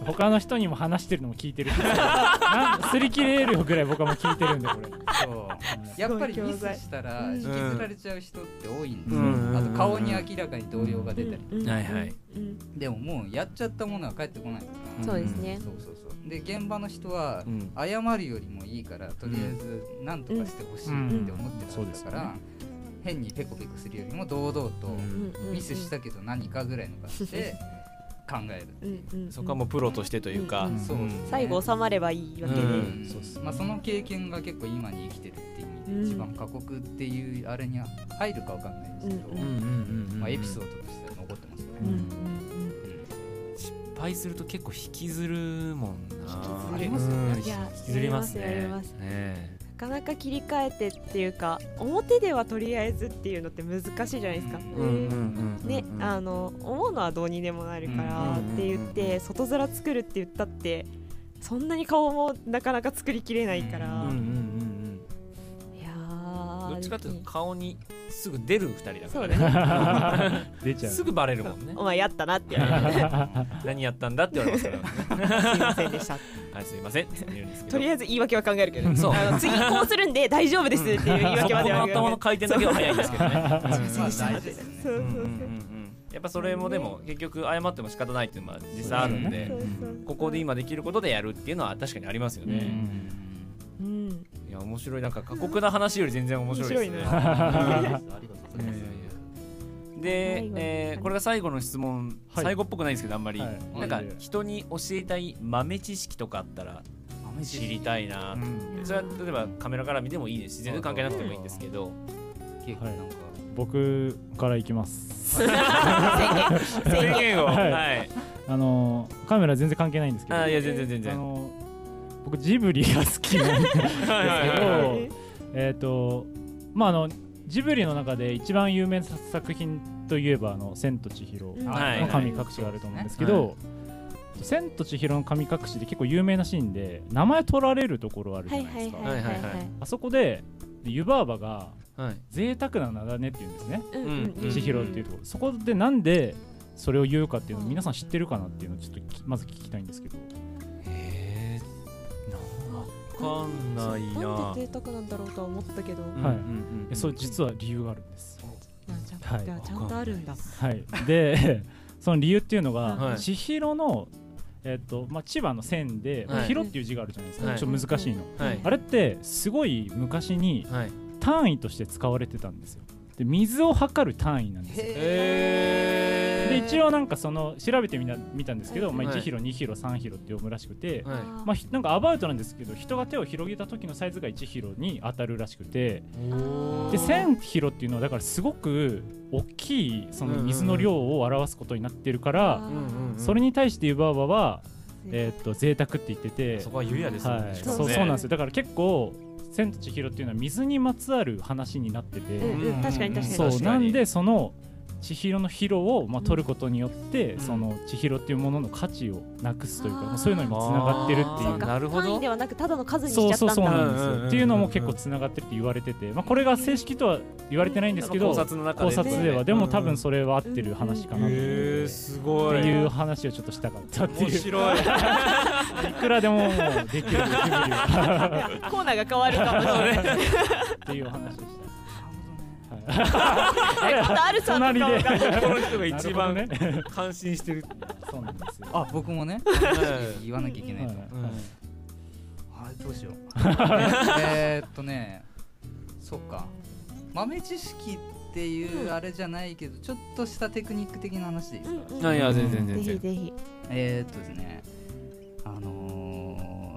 Speaker 3: 他の人にも話してるのも聞いてるなん擦り切れるぐらい僕はもう聞いてるんでこれ
Speaker 4: そうやっぱりミスしたら引きずられちゃう人って多いんですよ、
Speaker 1: うん
Speaker 4: あと顔に明らかに動揺が出たり、
Speaker 5: うん
Speaker 1: はいはい
Speaker 5: うん
Speaker 4: でももうやっちゃったものは返ってこないから、
Speaker 5: そうですね
Speaker 4: そうそうそうで現場の人は
Speaker 1: うん
Speaker 4: 謝るよりもいいからとりあえず何とかしてほしいって思ってたんだから、変にペコペコするよりも堂々と
Speaker 5: うんうんうん
Speaker 4: ミスしたけど何かぐらいの感じで考えるって
Speaker 5: う
Speaker 4: いうん
Speaker 5: うんうん
Speaker 1: そこはもうプロとしてというか
Speaker 5: うんうん
Speaker 4: そうですね
Speaker 5: 最後収まればいいわけで
Speaker 1: う
Speaker 4: うんんそうっすまあ、その経験が結構今に生きてるっていう意
Speaker 5: うん
Speaker 4: 味で一番過酷っていうあれには入るかわかんないですけど、
Speaker 5: うん
Speaker 1: うんうんうんうん
Speaker 4: まあ、エピソードとしては残ってますよね、
Speaker 5: うんうん
Speaker 1: 失敗すると結構引きずるもんな
Speaker 4: 引きずるありますよね
Speaker 1: うん
Speaker 5: いや
Speaker 1: 引きずりますね
Speaker 5: やりますやります
Speaker 1: ねえ
Speaker 5: なかなか切り替えてっていうか表ではとりあえずっていうのって難しいじゃないですか。
Speaker 1: うんうんうんうん
Speaker 5: ね、あの思うのはどうにでもなるか
Speaker 1: う
Speaker 5: らっ
Speaker 1: ん
Speaker 5: て言って、外面作るって言ったってそんなに顔もなかなか作りきれないから、
Speaker 1: うんうんうん
Speaker 5: いやー
Speaker 1: うんどっちかっていうと顔にすぐ出る二人だか
Speaker 5: そ
Speaker 1: ら
Speaker 5: うね
Speaker 1: ね
Speaker 3: 出ちゃう
Speaker 1: すぐバレるもんね
Speaker 5: お前やったなって言われて
Speaker 1: 何やったんだって言われますからね
Speaker 5: すいませんでした
Speaker 1: はいすいませんって言うんですけど
Speaker 5: とりあえず言い訳は考えるけど
Speaker 1: そう
Speaker 5: あの次こうするんで大丈夫ですっていう言い
Speaker 1: そこ
Speaker 5: 訳まで
Speaker 1: の
Speaker 5: は
Speaker 1: 頭の回転だけは早いんですけどね。
Speaker 4: まあ大事ですね
Speaker 5: そうそう
Speaker 1: うんうんう
Speaker 5: そ
Speaker 1: んう
Speaker 5: うん
Speaker 1: やっぱそれもでも結局謝っても仕方ないっていうのは実際あるん
Speaker 5: そ
Speaker 1: で
Speaker 5: うそう
Speaker 1: ここで今できることでやるっていうのは確かにありますよ
Speaker 3: う
Speaker 1: ね。
Speaker 3: ん
Speaker 5: うん
Speaker 1: いや面白いなんか過酷な話より全然面白いですね。うん
Speaker 5: 面
Speaker 1: い
Speaker 4: ありがとうござい
Speaker 1: や
Speaker 4: ま
Speaker 1: い
Speaker 4: す
Speaker 1: やで
Speaker 5: 最後、の
Speaker 1: えーこれが最後の質問、
Speaker 3: はい
Speaker 1: 最後っぽくないんですけどあんまり、
Speaker 3: はい
Speaker 1: なんか人に教えたい豆知識とかあったら知りたいなと思って、
Speaker 5: うん
Speaker 1: それは例えばカメラから見てもいいですし全然関係なくてもいいんですけど、
Speaker 4: ケイ君なんか
Speaker 3: 僕からいきます
Speaker 1: 宣言を、は、
Speaker 3: はいいあのカメラ全然関係ないんですけ
Speaker 1: あ
Speaker 3: ど
Speaker 1: ーいや全然全
Speaker 3: あ
Speaker 1: 然。
Speaker 3: の僕ジブリが好きなんですけど
Speaker 1: はいはいはいはい
Speaker 3: えっとまああのジブリの中で一番有名な作品といえば「あの千と千尋」
Speaker 5: うん
Speaker 3: の
Speaker 1: はい
Speaker 3: 神隠しがあると思うんですけど「千と千尋の神隠し」で結構有名なシーンで名前取られるところあるじ
Speaker 5: は
Speaker 3: ゃ
Speaker 5: い
Speaker 3: ない
Speaker 5: は
Speaker 3: で
Speaker 5: い
Speaker 3: すか
Speaker 5: はいはい
Speaker 1: は
Speaker 5: は
Speaker 1: は
Speaker 5: い
Speaker 1: いはい
Speaker 3: あそこで湯婆婆が
Speaker 1: はい
Speaker 3: 贅沢な名だねって言うんですね
Speaker 5: うん
Speaker 1: うんうん
Speaker 3: 千尋っていうところそこでなんでそれを言うかっていうのを皆さん知ってるかなっていうのをちょっときまず聞きたいんですけど
Speaker 1: えー、わかんないな。
Speaker 5: なんで贅沢なんだろうとは思ったけど
Speaker 3: はい
Speaker 1: うんうんうん
Speaker 3: えそう実は理由があるんです
Speaker 5: なんじゃ
Speaker 3: はい
Speaker 5: じゃあちゃんとあるんだ。
Speaker 3: はい、で その理由っていうのが、
Speaker 1: はい
Speaker 3: 千尋の、えっとまあ、千葉の線で「
Speaker 1: はい
Speaker 3: ひろ」っていう字があるじゃないですか、
Speaker 1: はい
Speaker 3: ちょっと難しいの、
Speaker 1: はい
Speaker 3: あれってすごい昔に
Speaker 1: はい
Speaker 3: 単位として使われてたんですよで水を測る単位なんですよ
Speaker 1: え
Speaker 3: で一応なんかその調べてみな見たんですけど、まあ、
Speaker 1: はい
Speaker 3: 1キロ2キロ3キロって読むらしくて、
Speaker 1: はい
Speaker 3: まあ、ひなんかアバウトなんですけど人が手を広げた時のサイズが1キロに当たるらしくてで1000キロっていうのはだからすごく大きいその水の量を表すことになってるから、
Speaker 2: あー
Speaker 3: それに対して湯婆婆は、え
Speaker 2: え
Speaker 3: ー、と贅沢って言ってて
Speaker 1: そこはゆうやですもん
Speaker 3: は
Speaker 1: ね
Speaker 3: い、
Speaker 1: しか
Speaker 3: そ
Speaker 1: も
Speaker 3: う
Speaker 1: ね
Speaker 3: そうなんですよだから結構「千と千尋」っていうのは水にまつわる話になってて、
Speaker 2: うんうん確かに確かに
Speaker 3: そう
Speaker 1: 確
Speaker 3: な
Speaker 1: かに
Speaker 3: んでその千尋の「尋」を、まあ、取ることによって、
Speaker 1: ん
Speaker 3: その千尋っていうものの価値をなくすというか、
Speaker 2: あー
Speaker 3: まあそういうのにもつながってるって
Speaker 1: あーそ
Speaker 3: いう
Speaker 1: か。なるほど
Speaker 2: 単位ではなくただの数にしち
Speaker 3: そう
Speaker 2: ゃっ
Speaker 3: そ
Speaker 2: た
Speaker 3: う
Speaker 2: だ
Speaker 3: んそうなんです
Speaker 1: うんうんうんうん
Speaker 3: よ。っていうのも結構つながってるって言われてて、まあ、これが正式とは言われてないんですけど
Speaker 1: 考察の中で
Speaker 3: 考察ではでも多分
Speaker 1: そ
Speaker 3: それは合ってる話かなって
Speaker 1: へ
Speaker 3: い
Speaker 1: え
Speaker 3: う
Speaker 1: すご
Speaker 3: って
Speaker 1: い
Speaker 3: いう話をちょっとしたかったって
Speaker 1: 面
Speaker 3: いう
Speaker 1: 白い
Speaker 3: いくらでももうできるできるよ
Speaker 5: コーナーが変わるかもしれない。
Speaker 3: っていうお話でした。
Speaker 5: あるさんの
Speaker 3: 隣
Speaker 5: 顔
Speaker 3: で
Speaker 5: が。
Speaker 1: この人が
Speaker 3: はい
Speaker 1: 一
Speaker 3: な
Speaker 1: 番
Speaker 3: るほどね
Speaker 1: 感心してる
Speaker 3: そうなんですよ。
Speaker 4: あ僕もね
Speaker 1: はい
Speaker 4: 言わなきゃいけないと、
Speaker 3: はい
Speaker 1: うん
Speaker 4: はい、どうしようえーっとねそっか豆知識っていうあれじゃないけどちょっとしたテクニック的な話でいいですか、
Speaker 2: うん
Speaker 1: あいや全然
Speaker 2: ぜ
Speaker 1: 全
Speaker 2: ひ
Speaker 1: 然
Speaker 2: ぜひ
Speaker 4: えーっとですねあのー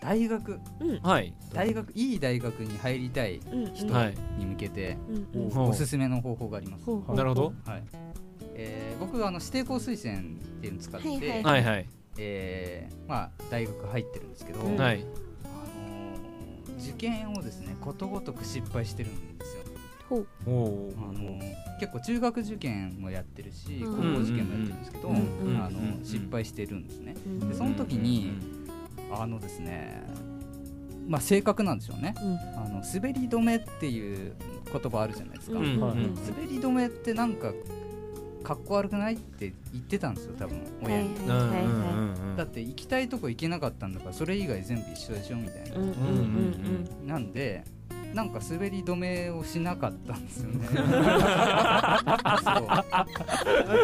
Speaker 4: 大学
Speaker 1: はい
Speaker 4: 大学いい大学に入りたい
Speaker 2: うんうん
Speaker 4: 人
Speaker 1: はい
Speaker 4: に向けて
Speaker 2: うんうん
Speaker 1: お
Speaker 4: おすすめの方法があります、
Speaker 2: ほうほう
Speaker 1: なるほど
Speaker 4: はいえー僕はあの指定校推薦っていうのを使って、
Speaker 2: はいはい
Speaker 1: はいはい
Speaker 4: えーまあ、大学入ってるんですけど、
Speaker 2: うん
Speaker 1: はい
Speaker 4: あのー受験をですねことごとく失敗してるんですよ、
Speaker 2: ほう
Speaker 1: おお
Speaker 4: あのー結構中学受験もやってるし
Speaker 2: う
Speaker 4: 高
Speaker 2: ん
Speaker 4: 校受験もやってるんですけど、
Speaker 2: うんうん
Speaker 4: あの
Speaker 1: うん
Speaker 4: ー失敗してるんですね
Speaker 2: うん
Speaker 4: でその時にあのですねまあ性格なんでしょうね、
Speaker 2: う
Speaker 4: あの滑り止めっていう言葉あるじゃないですか、
Speaker 1: うんうんうん
Speaker 4: 滑り止めってなんかかっこ悪くないって言ってたんですよ多分
Speaker 2: はい
Speaker 4: 親
Speaker 2: はい
Speaker 4: に、
Speaker 1: うんうん
Speaker 2: はいうは
Speaker 1: んうん
Speaker 4: だって行きたいとこ行けなかったんだからそれ以外全部一緒でしょみたい
Speaker 2: いうん
Speaker 4: な、
Speaker 2: うんうん
Speaker 4: なんでなんか滑り止めをしなかったんですよ ね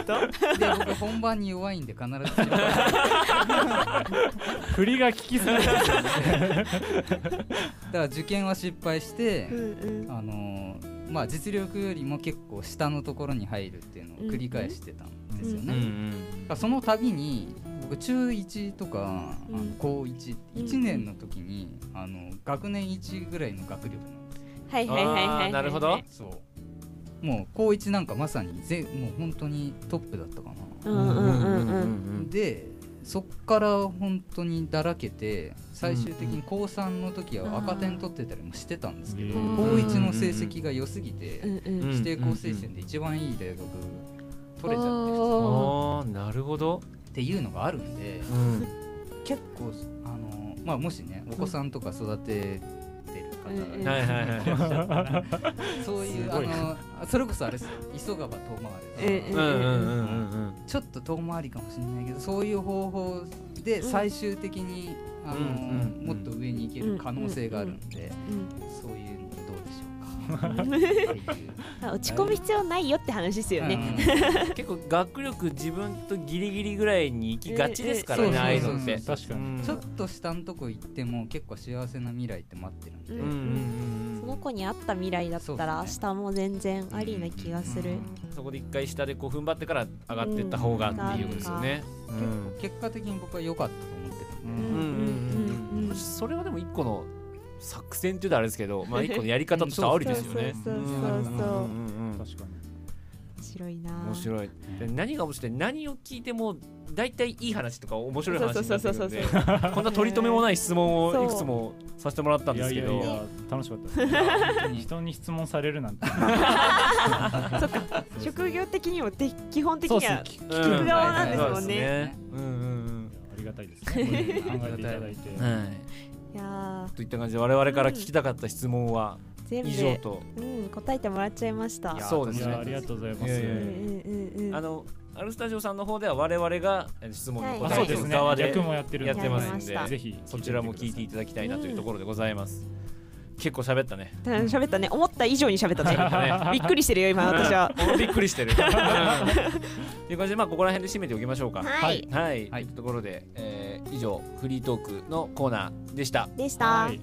Speaker 4: そうで僕本番に弱いんで必ず失敗
Speaker 3: 振りが効きすぎる。
Speaker 4: だから受験は失敗して、
Speaker 2: うんうん
Speaker 4: あのーまあ実力よりも結構下のところに入るっていうのを繰り返してたんですよね、
Speaker 1: うんうん
Speaker 4: だからその度に僕中1とか、あ
Speaker 2: う
Speaker 4: の
Speaker 2: ん
Speaker 4: 高11年の時に、あの学年1ぐらいの学力なんで
Speaker 2: はいはいはいはい
Speaker 1: あ
Speaker 2: は
Speaker 1: ー
Speaker 2: い
Speaker 1: なるほど
Speaker 4: すそうもう高1なんかまさにぜもう本当にトップだったかな、
Speaker 2: うんうんうんうん
Speaker 4: でそっから本当にだらけて最終的に高3の時は赤点取ってたりもしてたんですけど、
Speaker 2: うん
Speaker 4: 高1の成績が良すぎて、
Speaker 2: うんうん
Speaker 1: うん
Speaker 4: 指定校推薦で一番いい大学取れちゃってる
Speaker 1: あ
Speaker 2: おー
Speaker 1: あなるほど
Speaker 4: っていうのがあるんで、
Speaker 1: うん
Speaker 4: 結構あのまあもしねお子さんとか育ててる方が
Speaker 2: うん
Speaker 1: はいはいはい
Speaker 4: そういうあのそれこそあれですよ急がば遠回り
Speaker 2: うん
Speaker 1: うんうんうんうんうん
Speaker 4: ちょっと遠回りかもしれないけどそういう方法で最終的に、あの
Speaker 1: うんうん
Speaker 4: もっと上に行ける可能性があるんで、
Speaker 2: うん
Speaker 4: そういうのどうでしょう かっていう
Speaker 2: あ落ち込む必要ないよって話ですよね
Speaker 4: うん
Speaker 1: 結構学力自分とギリギリぐらいに行きがちですから
Speaker 4: うん
Speaker 1: ねああいうのって
Speaker 4: そう
Speaker 3: 確かに。
Speaker 4: ちょっと下のとこ行っても結構幸せな未来って待ってるんで、
Speaker 2: うん
Speaker 1: うんうんうんうん
Speaker 2: その子に合った未来だったら
Speaker 4: そう
Speaker 2: 明日も全然ありな気がする
Speaker 1: そこで一回下でこう踏ん張ってから上がっていった方がっていうことですよね。うん
Speaker 4: 結果的に僕は良かったと思ってるんで、
Speaker 2: うんうんうんうん
Speaker 1: それはでも一個の作戦っていうとあれですけど、まあ一個のやり方としてはありですよね。
Speaker 2: そうそうそうそ
Speaker 1: うんう
Speaker 2: う
Speaker 1: んうんうん
Speaker 3: 確かに。
Speaker 2: 面白いな
Speaker 1: 面白い。で何が面白い何を聞いても大体いい話とか面白い話になってる
Speaker 2: そ
Speaker 1: ん
Speaker 2: う
Speaker 1: で
Speaker 2: そう、
Speaker 1: こんな取り留めもない質問をいくつもさせてもらったん
Speaker 3: い
Speaker 1: で
Speaker 3: や
Speaker 1: す
Speaker 3: い
Speaker 1: け
Speaker 3: や
Speaker 1: ど
Speaker 3: い、や楽しかったですね。人に質問されるなんて。
Speaker 2: そっか職業的にもて基本的
Speaker 3: そう
Speaker 2: に
Speaker 3: で
Speaker 2: は
Speaker 3: すね。
Speaker 1: 聞
Speaker 2: 聞く側なんですもんね
Speaker 1: うんうん
Speaker 3: ありがたいですね。考えていただいて。
Speaker 1: うん。はい。
Speaker 2: いや
Speaker 1: といった感じで我々から聞きたかった質問は
Speaker 2: ー全部
Speaker 1: 以上と、
Speaker 2: うん答えてもらっちゃいました
Speaker 4: いや
Speaker 1: そうで
Speaker 3: い
Speaker 1: す
Speaker 3: やあり
Speaker 1: ね。
Speaker 3: がとうございま
Speaker 1: いや
Speaker 3: す
Speaker 1: い。や
Speaker 2: う
Speaker 1: い
Speaker 2: んうんうん
Speaker 1: あのアルスタジオさんの方では我々がえー質問に答
Speaker 2: はい
Speaker 1: え
Speaker 3: そう
Speaker 1: て
Speaker 3: で
Speaker 1: い
Speaker 3: す
Speaker 1: く
Speaker 3: ね
Speaker 1: 側。で
Speaker 3: 役もやってる
Speaker 1: やってますん
Speaker 2: やってま
Speaker 1: で、
Speaker 2: し
Speaker 3: ぜひ
Speaker 1: そちらも聞いていただきたいなというところでございます。結構喋ったね
Speaker 5: うん喋ったね思った以上に喋った
Speaker 1: 喋ったね
Speaker 5: ねびっくりしてるよ今私は
Speaker 1: うんびっくりしてる。という感じで、まあ、ここら辺で締めておきましょうか。
Speaker 5: はい
Speaker 1: はい、
Speaker 4: はい
Speaker 1: というところで、えー以上、フリートークのコーナーでした。
Speaker 5: でした
Speaker 10: い